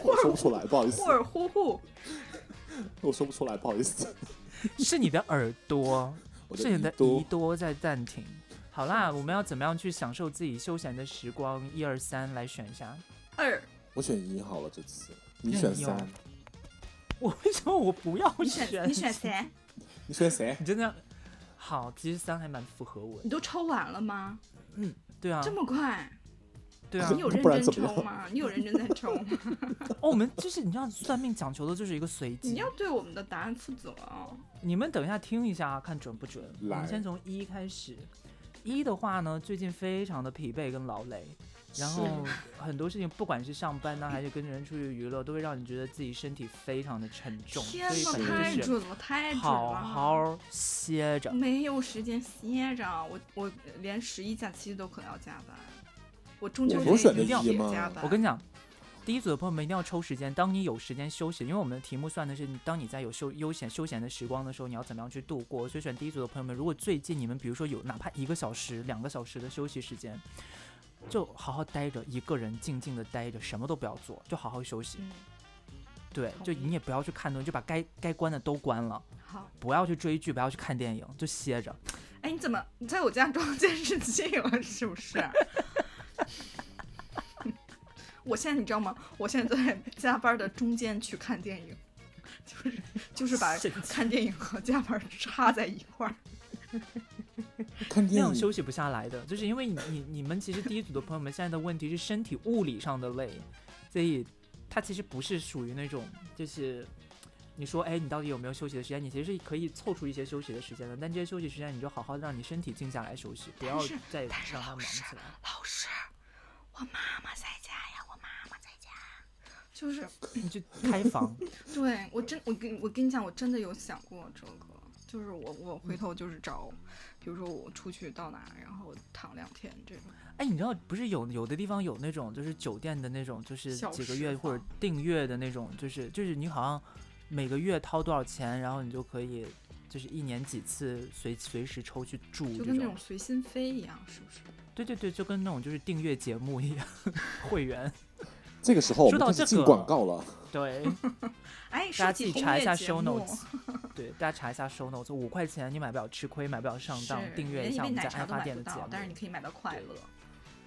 [SPEAKER 2] 霍尔说不出来，不好意思
[SPEAKER 3] 霍，尔呼呼，
[SPEAKER 2] 我说不出来，不好意思。
[SPEAKER 1] 是你的耳朵，
[SPEAKER 2] 我
[SPEAKER 1] 是你的
[SPEAKER 2] 耳朵
[SPEAKER 1] 耳朵在暂停。好啦，我们要怎么样去享受自己休闲的时光？一二三，来选一下。
[SPEAKER 3] 二，
[SPEAKER 2] 我选一好了，这次你
[SPEAKER 1] 哎
[SPEAKER 2] 选
[SPEAKER 1] 呦
[SPEAKER 2] 三，
[SPEAKER 1] 我为什么我不要
[SPEAKER 3] 你选你选谁？
[SPEAKER 2] 你选谁？
[SPEAKER 1] 你真的好，其实三还蛮符合我
[SPEAKER 3] 你
[SPEAKER 1] 的。
[SPEAKER 3] 都抽完了吗？
[SPEAKER 1] 对啊
[SPEAKER 3] 这，么快？
[SPEAKER 1] 对啊。
[SPEAKER 3] 你有认
[SPEAKER 2] 不然
[SPEAKER 3] 真
[SPEAKER 2] 怎么
[SPEAKER 3] 抽
[SPEAKER 2] 样
[SPEAKER 3] 吗？你有认真在抽吗？
[SPEAKER 1] 哦，我们就是你知道，算命讲求的就是一个随
[SPEAKER 3] 你
[SPEAKER 1] 机
[SPEAKER 3] 要。对我们的答案负责哦。
[SPEAKER 1] 你们等一下听一下啊，看准不准。我
[SPEAKER 2] 来
[SPEAKER 1] 们先从一开始。一的话呢，最近非常的疲惫跟劳累，然后很多事情，不管是上班呢，还是跟人出去娱乐，都会让你觉得自己身体非常的沉重。所
[SPEAKER 3] 天
[SPEAKER 1] 以
[SPEAKER 3] 呐，
[SPEAKER 1] 反
[SPEAKER 3] 太
[SPEAKER 1] 正就是
[SPEAKER 3] 准了，太准
[SPEAKER 1] 好
[SPEAKER 3] 了！
[SPEAKER 1] 好歇着。
[SPEAKER 3] 没有时间歇着，我我连十一假期都可能要加班，我中秋
[SPEAKER 2] 我
[SPEAKER 3] 节
[SPEAKER 2] 不是选
[SPEAKER 3] 已经
[SPEAKER 2] 的一
[SPEAKER 3] 也
[SPEAKER 2] 吗
[SPEAKER 3] 加班。
[SPEAKER 1] 我跟你讲，第一组的朋友们一定要抽时间，当你有时间休息，因为我们的题目算的是你当你在有休悠闲休闲的时光的时候，你要怎么样去度过。所以选第一组的朋友们，如果最近你们比如说有哪怕一个小时、两个小时的休息时间，就好好待着，一个人静静的待着，什么都不要做，就好好休息。
[SPEAKER 3] 嗯，
[SPEAKER 1] 对，
[SPEAKER 3] 同
[SPEAKER 1] 就
[SPEAKER 3] 意
[SPEAKER 1] 你也不要去看东西，就把该该关的都关了，
[SPEAKER 3] 好。
[SPEAKER 1] 不要去追剧，不要去看电影，就歇着。
[SPEAKER 3] 哎，你怎么你在我家装监视器了？是不是？ 我现在你知道吗？我现在在加班的中间去看电影，就是就是把
[SPEAKER 1] 神经
[SPEAKER 3] 看电影和加班插在一块儿。
[SPEAKER 2] 看
[SPEAKER 1] 那
[SPEAKER 2] 电
[SPEAKER 3] 嗯
[SPEAKER 1] 样
[SPEAKER 2] 影
[SPEAKER 1] 休息不下来的，就是因为你你你们其实第一组的朋友们现在的问题是身体物理上的累，所以它其实不是属于那种就是你说哎你到底有没有休息的时间，你其实是可以凑出一些休息的时间的，但这些休息时间你就好好地让你身体静下来休息，不要
[SPEAKER 3] 但是
[SPEAKER 1] 再
[SPEAKER 3] 但是
[SPEAKER 1] 让它
[SPEAKER 3] 老
[SPEAKER 1] 忙
[SPEAKER 3] 师
[SPEAKER 1] 起来。
[SPEAKER 3] 老师，我妈妈在家呀，我妈妈在家。就是，
[SPEAKER 1] 你就开房，
[SPEAKER 3] 对我真我跟我跟你讲，我真的有想过这个。就是我，我回头就是找，比如说我出去到哪，然后躺两天这种。
[SPEAKER 1] 哎你知道不是有有的地方有那种就是酒店的那种就是
[SPEAKER 3] 小
[SPEAKER 1] 几个
[SPEAKER 3] 时
[SPEAKER 1] 月或者
[SPEAKER 3] 房
[SPEAKER 1] 订阅的那种，就是就是你好像每个月掏多少钱，然后你就可以。就是一年几次随随时抽去住
[SPEAKER 3] 就
[SPEAKER 1] 这
[SPEAKER 3] 跟那
[SPEAKER 1] 种
[SPEAKER 3] 种。随心飞一样，是不是？
[SPEAKER 1] 对对对，就跟那种就是订阅节目一样， 会 员。
[SPEAKER 2] 这个时候我们
[SPEAKER 1] 说到
[SPEAKER 2] 开始
[SPEAKER 1] 这
[SPEAKER 2] 进
[SPEAKER 1] 个
[SPEAKER 2] 广告了，
[SPEAKER 1] 对，
[SPEAKER 3] 哎，
[SPEAKER 1] 大家
[SPEAKER 3] 说
[SPEAKER 1] 自
[SPEAKER 3] 起
[SPEAKER 1] 己
[SPEAKER 3] 红
[SPEAKER 1] 查一
[SPEAKER 3] 叶
[SPEAKER 1] 下
[SPEAKER 3] 节
[SPEAKER 1] show
[SPEAKER 3] 目，
[SPEAKER 1] notes。对，大家查一下 show notes，五块钱你买不了吃亏，买不了上当
[SPEAKER 3] 是，
[SPEAKER 1] 订阅
[SPEAKER 3] 连
[SPEAKER 1] 一
[SPEAKER 3] 一
[SPEAKER 1] 下我们
[SPEAKER 3] 杯奶
[SPEAKER 1] 家
[SPEAKER 3] 茶
[SPEAKER 1] 爱
[SPEAKER 3] 都
[SPEAKER 1] 发
[SPEAKER 3] 买
[SPEAKER 1] 电
[SPEAKER 3] 不
[SPEAKER 1] 的节
[SPEAKER 3] 到
[SPEAKER 1] 目，。
[SPEAKER 3] 但是你可以买到快乐。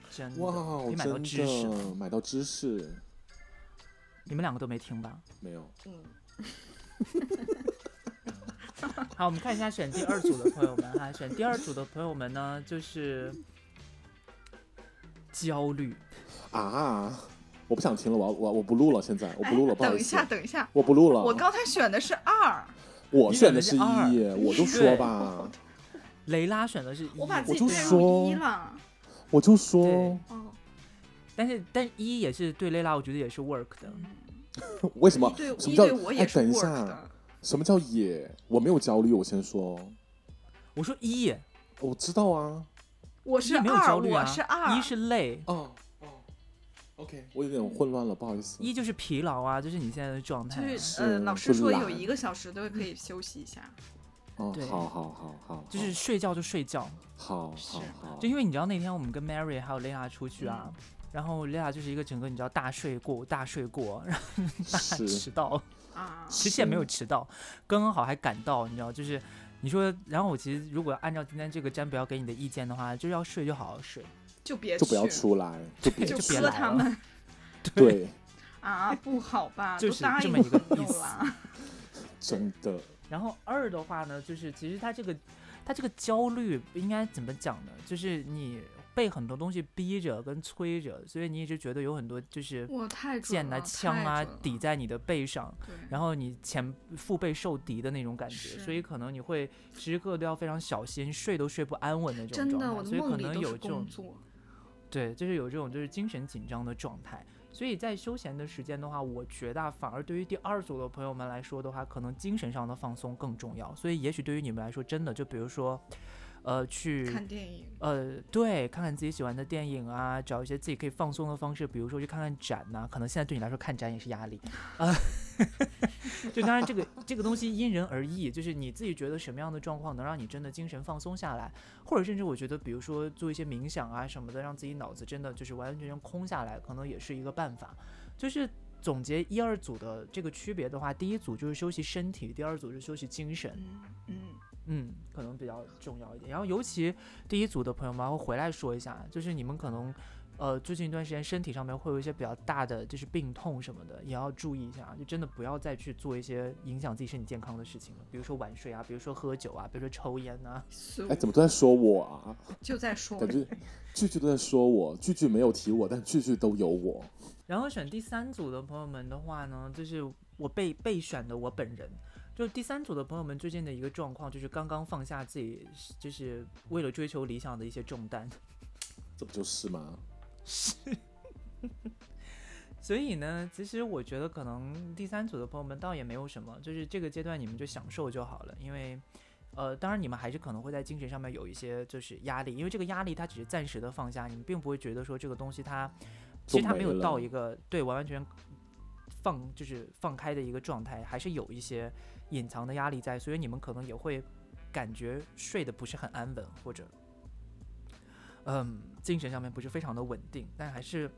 [SPEAKER 1] 真的
[SPEAKER 2] 哇，
[SPEAKER 1] 可以买到
[SPEAKER 2] 真
[SPEAKER 1] 知识。
[SPEAKER 2] 的买到知识
[SPEAKER 1] 你们两个都没听吧？
[SPEAKER 2] 没有？
[SPEAKER 3] 嗯，
[SPEAKER 1] 好，我们看一下选第二组的朋友们哈，选第二组的朋友们呢，就是焦虑。
[SPEAKER 2] 啊，我不想听了，我要我我不录了，现在我不录了，
[SPEAKER 3] 哎
[SPEAKER 2] 不好
[SPEAKER 3] 等
[SPEAKER 2] 意
[SPEAKER 3] 一
[SPEAKER 2] 思啊
[SPEAKER 3] 下，，等一下，
[SPEAKER 2] 我不录了。
[SPEAKER 3] 我刚才选的是二，
[SPEAKER 2] 我
[SPEAKER 1] 你
[SPEAKER 2] 选
[SPEAKER 1] 选
[SPEAKER 2] 的
[SPEAKER 1] 的
[SPEAKER 2] 是
[SPEAKER 1] 是
[SPEAKER 2] 一，
[SPEAKER 1] 二
[SPEAKER 2] 我就说吧，
[SPEAKER 1] 雷拉选的是一，
[SPEAKER 3] 我把自
[SPEAKER 2] 我
[SPEAKER 3] 己
[SPEAKER 2] 就
[SPEAKER 3] 带入一
[SPEAKER 2] 说
[SPEAKER 3] 了。
[SPEAKER 2] 我就说
[SPEAKER 1] 对，
[SPEAKER 3] 哦，
[SPEAKER 1] 但是但一也是对雷拉，我觉得也是 work 的。
[SPEAKER 2] 为什么
[SPEAKER 3] 一对
[SPEAKER 2] 什么
[SPEAKER 3] 一
[SPEAKER 2] 叫
[SPEAKER 3] 对我
[SPEAKER 2] 哎？
[SPEAKER 3] 也是
[SPEAKER 2] 等一
[SPEAKER 3] work
[SPEAKER 2] 下，
[SPEAKER 3] 的，
[SPEAKER 2] 什么叫野？我没有焦虑，我先说，哦
[SPEAKER 1] 我说一，
[SPEAKER 2] 我知道啊。
[SPEAKER 3] 我是
[SPEAKER 1] 一没有
[SPEAKER 3] 二，
[SPEAKER 1] 焦虑啊，
[SPEAKER 3] 我是二
[SPEAKER 1] 一，是累，
[SPEAKER 2] 哦哦，OK，我有点混乱了，不好意思。
[SPEAKER 1] 一就是疲劳啊，就是你现在的状态啊。
[SPEAKER 3] 就是
[SPEAKER 2] 是
[SPEAKER 3] 呃，老师
[SPEAKER 2] 是
[SPEAKER 3] 说有
[SPEAKER 2] 懒
[SPEAKER 3] 一个小时都可以休息一下。
[SPEAKER 2] 哦
[SPEAKER 1] 对，
[SPEAKER 2] 好好好好，
[SPEAKER 1] 就是睡觉就睡觉，
[SPEAKER 2] 好好
[SPEAKER 3] 是
[SPEAKER 2] 好，
[SPEAKER 1] 就因为你知道那天我们跟 Mary 还有 Lea 出去啊，
[SPEAKER 3] 嗯
[SPEAKER 1] 然后 Lea 就是一个整个你知道大睡过大睡过，然后大
[SPEAKER 2] 是
[SPEAKER 1] 迟到，
[SPEAKER 3] 啊，
[SPEAKER 1] 其实也没有迟到，刚刚好还赶到，你知道就是你说，然后我其实如果按照今天这个占表给你的意见的话，就是要睡就好好睡，
[SPEAKER 3] 就别
[SPEAKER 2] 就不要
[SPEAKER 3] 去，
[SPEAKER 2] 出来，就别
[SPEAKER 3] 就
[SPEAKER 1] 就别
[SPEAKER 3] 说
[SPEAKER 1] 来
[SPEAKER 3] 他
[SPEAKER 1] 了
[SPEAKER 3] 们
[SPEAKER 2] 对，
[SPEAKER 3] 啊，不好 吧？
[SPEAKER 1] 就
[SPEAKER 3] 都
[SPEAKER 1] 是
[SPEAKER 3] 答
[SPEAKER 1] 这
[SPEAKER 3] 应
[SPEAKER 1] 么一个
[SPEAKER 3] 朋
[SPEAKER 1] 意
[SPEAKER 3] 友
[SPEAKER 1] 思
[SPEAKER 3] 了，
[SPEAKER 2] 真的
[SPEAKER 1] 然后二的话呢，就是其实他这个他这个焦虑应该怎么讲呢？就是你被很多东西逼着跟催着，所以你一直觉得有很多就是
[SPEAKER 3] 我太准
[SPEAKER 1] 剑啊、
[SPEAKER 3] 了
[SPEAKER 1] 枪
[SPEAKER 3] 太
[SPEAKER 1] 啊
[SPEAKER 3] 准了
[SPEAKER 1] 抵在你的背上，
[SPEAKER 3] 对
[SPEAKER 1] 然后你前腹背受敌的那种感觉，
[SPEAKER 3] 是
[SPEAKER 1] 所以可能你会时时刻刻都要非常小心，睡都睡不安稳的这种
[SPEAKER 3] 真的，
[SPEAKER 1] 状态，
[SPEAKER 3] 我的
[SPEAKER 1] 所以可
[SPEAKER 3] 梦里
[SPEAKER 1] 能
[SPEAKER 3] 都
[SPEAKER 1] 有
[SPEAKER 3] 是
[SPEAKER 1] 这种
[SPEAKER 3] 工作。
[SPEAKER 1] 对，就是有这种就是精神紧张的状态。所以在休闲的时间的话，我觉得啊反而对于第二组的朋友们来说的话，可能精神上的放松更重要。所以也许对于你们来说，真的就比如说，呃，去
[SPEAKER 3] 看电影，
[SPEAKER 1] 呃，对，看看自己喜欢的电影啊，找一些自己可以放松的方式，比如说去看看展呐、可能现在对你来说看展也是压力啊。 就当然这个这个东西因人而异，就是你自己觉得什么样的状况能让你真的精神放松下来，或者甚至我觉得，比如说做一些冥想啊什么的，让自己脑子真的就是完完全全空下来，可能也是一个办法。就是总结一二组的这个区别的话，第一组就是休息身体，第二组是休息精神。
[SPEAKER 3] 嗯嗯，
[SPEAKER 1] 嗯，可能比较重要一点。然后尤其第一组的朋友们，我回来说一下，就是你们可能，呃，最近一段时间身体上面会有一些比较大的就是病痛什么的，也要注意一下，啊就真的不要再去做一些影响自己身体健康的事情了，比如说晚睡啊，比如说喝酒啊，比如说抽烟啊。
[SPEAKER 3] 所以
[SPEAKER 2] 哎，
[SPEAKER 3] 我
[SPEAKER 2] 怎么都在说我啊？
[SPEAKER 3] 就在说
[SPEAKER 2] 感觉句句都在说我，句句没有提我，但句句都有我。
[SPEAKER 1] 然后选第三组的朋友们的话呢，就是我被被选的我本人。就是第三组的朋友们最近的一个状况，就是刚刚放下自己，就是为了追求理想的一些重担，
[SPEAKER 2] 这不就是吗？
[SPEAKER 1] 所以呢，其实我觉得可能第三组的朋友们倒也没有什么，就是这个阶段你们就享受就好了，因为。呃，当然，你们还是可能会在精神上面有一些就是压力，因为这个压力它只是暂时的放下，你们并不会觉得说这个东西它其实它
[SPEAKER 2] 就
[SPEAKER 1] 没有
[SPEAKER 2] 没了
[SPEAKER 1] 到一个对完完全放就是放开的一个状态，还是有一些隐藏的压力在，所以你们可能也会感觉睡得不是很安稳，或者嗯精神上面不是非常的稳定，但还是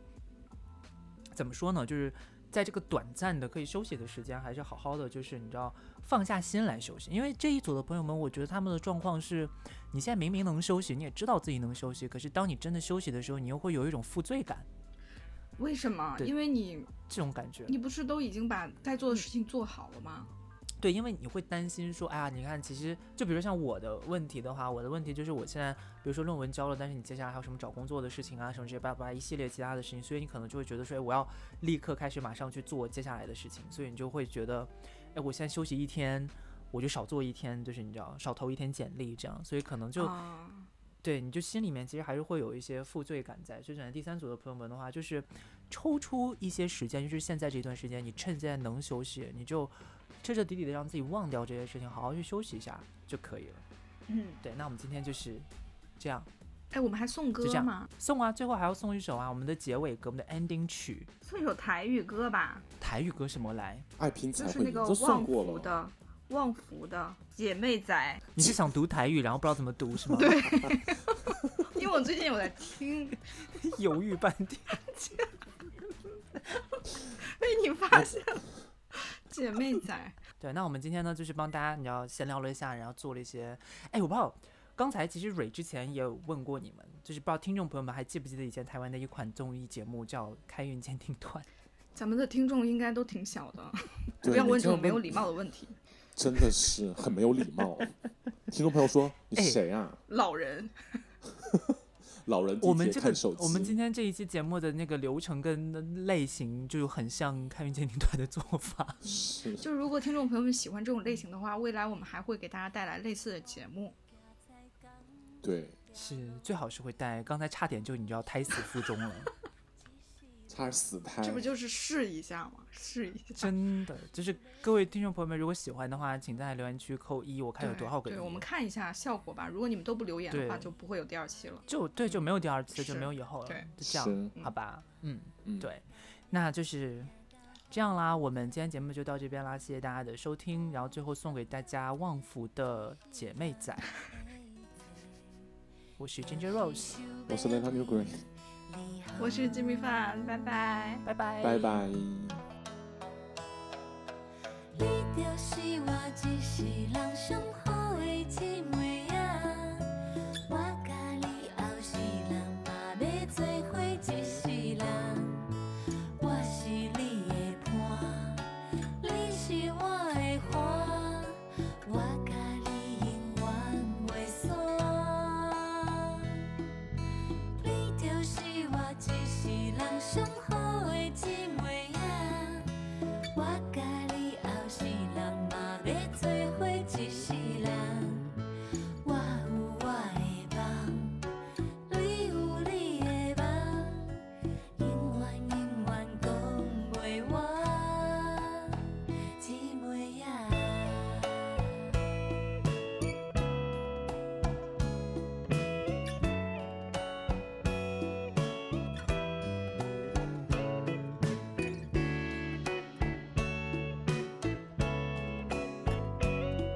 [SPEAKER 1] 怎么说呢，就是在这个短暂的可以休息的时间，还是好好的就是你知道放下心来休息，因为这一组的朋友们，我觉得他们的状况是。你现在明明能休息，你也知道自己能休息，可是当你真的休息的时候，你又会有一种负罪感，
[SPEAKER 3] 为什么？
[SPEAKER 1] 对
[SPEAKER 3] 因为你
[SPEAKER 1] 这种感觉。
[SPEAKER 3] 你不是都已经把
[SPEAKER 2] 嗯
[SPEAKER 3] 该做的事情做好了吗？
[SPEAKER 1] 对，因为你会担心说，哎呀，你看，其实就比如说像我的问题的话，我的问题就是我现在，比如说论文交了，但是你接下来还有什么找工作的事情啊，什么这些巴拉巴拉一系列其他的事情，所以你可能就会觉得说，哎，我要立刻开始马上去做接下来的事情，所以你就会觉得，哎，我现在休息一天，我就少做一天，就是你知道少投一天简历这样，所以可能就
[SPEAKER 3] 啊，
[SPEAKER 1] 对，你就心里面其实还是会有一些负罪感在。所以，选第三组的朋友们的话，就是抽出一些时间，就是现在这段时间，你趁现在能休息，你就彻彻底底的让自己忘掉这些事情，好好去休息一下就可以了。
[SPEAKER 3] 嗯，
[SPEAKER 1] 对，那我们今天就是这样
[SPEAKER 3] 哎，我们还送
[SPEAKER 1] 就
[SPEAKER 3] 歌
[SPEAKER 1] 这样
[SPEAKER 3] 吗？
[SPEAKER 1] 送啊，最后还要送一首啊，我们的结尾歌，我们的 ending 曲，
[SPEAKER 3] 送一首台语歌吧，
[SPEAKER 1] 台语歌什么来？
[SPEAKER 2] 爱拼才
[SPEAKER 3] 就是
[SPEAKER 2] 会
[SPEAKER 3] 那
[SPEAKER 2] 赢，
[SPEAKER 3] 个
[SPEAKER 2] 这
[SPEAKER 3] 旺
[SPEAKER 2] 算过
[SPEAKER 3] 福
[SPEAKER 2] 了。
[SPEAKER 3] 的旺福的姐妹仔，
[SPEAKER 1] 你是想读台语，然后不知道怎么读是吗？
[SPEAKER 3] 对，因为我最近有在听，
[SPEAKER 1] 犹豫半天。
[SPEAKER 3] 被你
[SPEAKER 2] 哎
[SPEAKER 3] 发现了，姐妹仔。
[SPEAKER 1] 对，那我们今天呢，就是帮大家，你知道闲聊了一下，然后做了一些，哎，我不知道，刚才其实蕊之前也有问过你们，就是不知道听众朋友们还记不记得以前台湾的一款综艺节目叫《开运鉴定 团》。
[SPEAKER 3] 咱们的听众应该都挺小的，
[SPEAKER 2] 对
[SPEAKER 3] 不要
[SPEAKER 2] 你
[SPEAKER 3] 问这
[SPEAKER 2] 这
[SPEAKER 3] 种
[SPEAKER 2] 样
[SPEAKER 3] 没有
[SPEAKER 2] 问
[SPEAKER 3] 礼貌的问题。
[SPEAKER 2] 真的是很没有礼 貌。听众朋友说：“你
[SPEAKER 1] 哎
[SPEAKER 2] 谁啊？
[SPEAKER 3] 老人，
[SPEAKER 2] 老人
[SPEAKER 1] 我
[SPEAKER 2] 地
[SPEAKER 1] 们
[SPEAKER 2] 铁
[SPEAKER 1] 这个
[SPEAKER 2] 看手，机。”
[SPEAKER 1] 我们今天这一期节目的那个流程跟类型就很像开运鉴定团的做法。
[SPEAKER 2] 是
[SPEAKER 3] 就是如果听众朋友们喜欢这种类型的话，未来我们还会给大家带来类似的节目。
[SPEAKER 2] 对，
[SPEAKER 1] 是，最好是会带，刚才差点就你知道胎死腹中 了，
[SPEAKER 2] 差点死胎。
[SPEAKER 3] 这不就是试一下吗？试一下。
[SPEAKER 1] 哎真的。就是各位听众朋友们，如果喜欢的话，请在留言区扣一，我看
[SPEAKER 3] 对
[SPEAKER 1] 有多少个一。
[SPEAKER 3] 对，我们看一下效果吧。如果你们都不留言的话，
[SPEAKER 1] 对
[SPEAKER 3] 就不会有第二期了。
[SPEAKER 1] 就对，就没有第二次，
[SPEAKER 3] 是
[SPEAKER 1] 就没有以后了，
[SPEAKER 3] 对
[SPEAKER 1] 就这样，
[SPEAKER 2] 是
[SPEAKER 1] 好吧？嗯，
[SPEAKER 2] 嗯，
[SPEAKER 1] 对，那就是这样啦。我们今天节目就到这边啦，谢谢大家的收听，然后最后送给大家旺福的姐妹仔，我是 Ginger Rose，
[SPEAKER 2] 我是 Lena New Green，
[SPEAKER 3] 我是金米饭，拜拜。
[SPEAKER 1] 拜拜，
[SPEAKER 2] 拜拜。
[SPEAKER 4] 你就是我一世人上好的姊妹啊！我甲你后世人嘛要做伙一世人。我是你的伴，你是我的花，我甲你永远袂散。你就是我一世人上好的姊妹啊！我甲你后世人嘛要做伙一世人，我有我的梦，你有你的梦，永远永远讲袂完，姊妹啊。我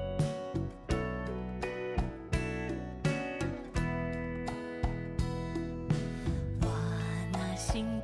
[SPEAKER 4] 若成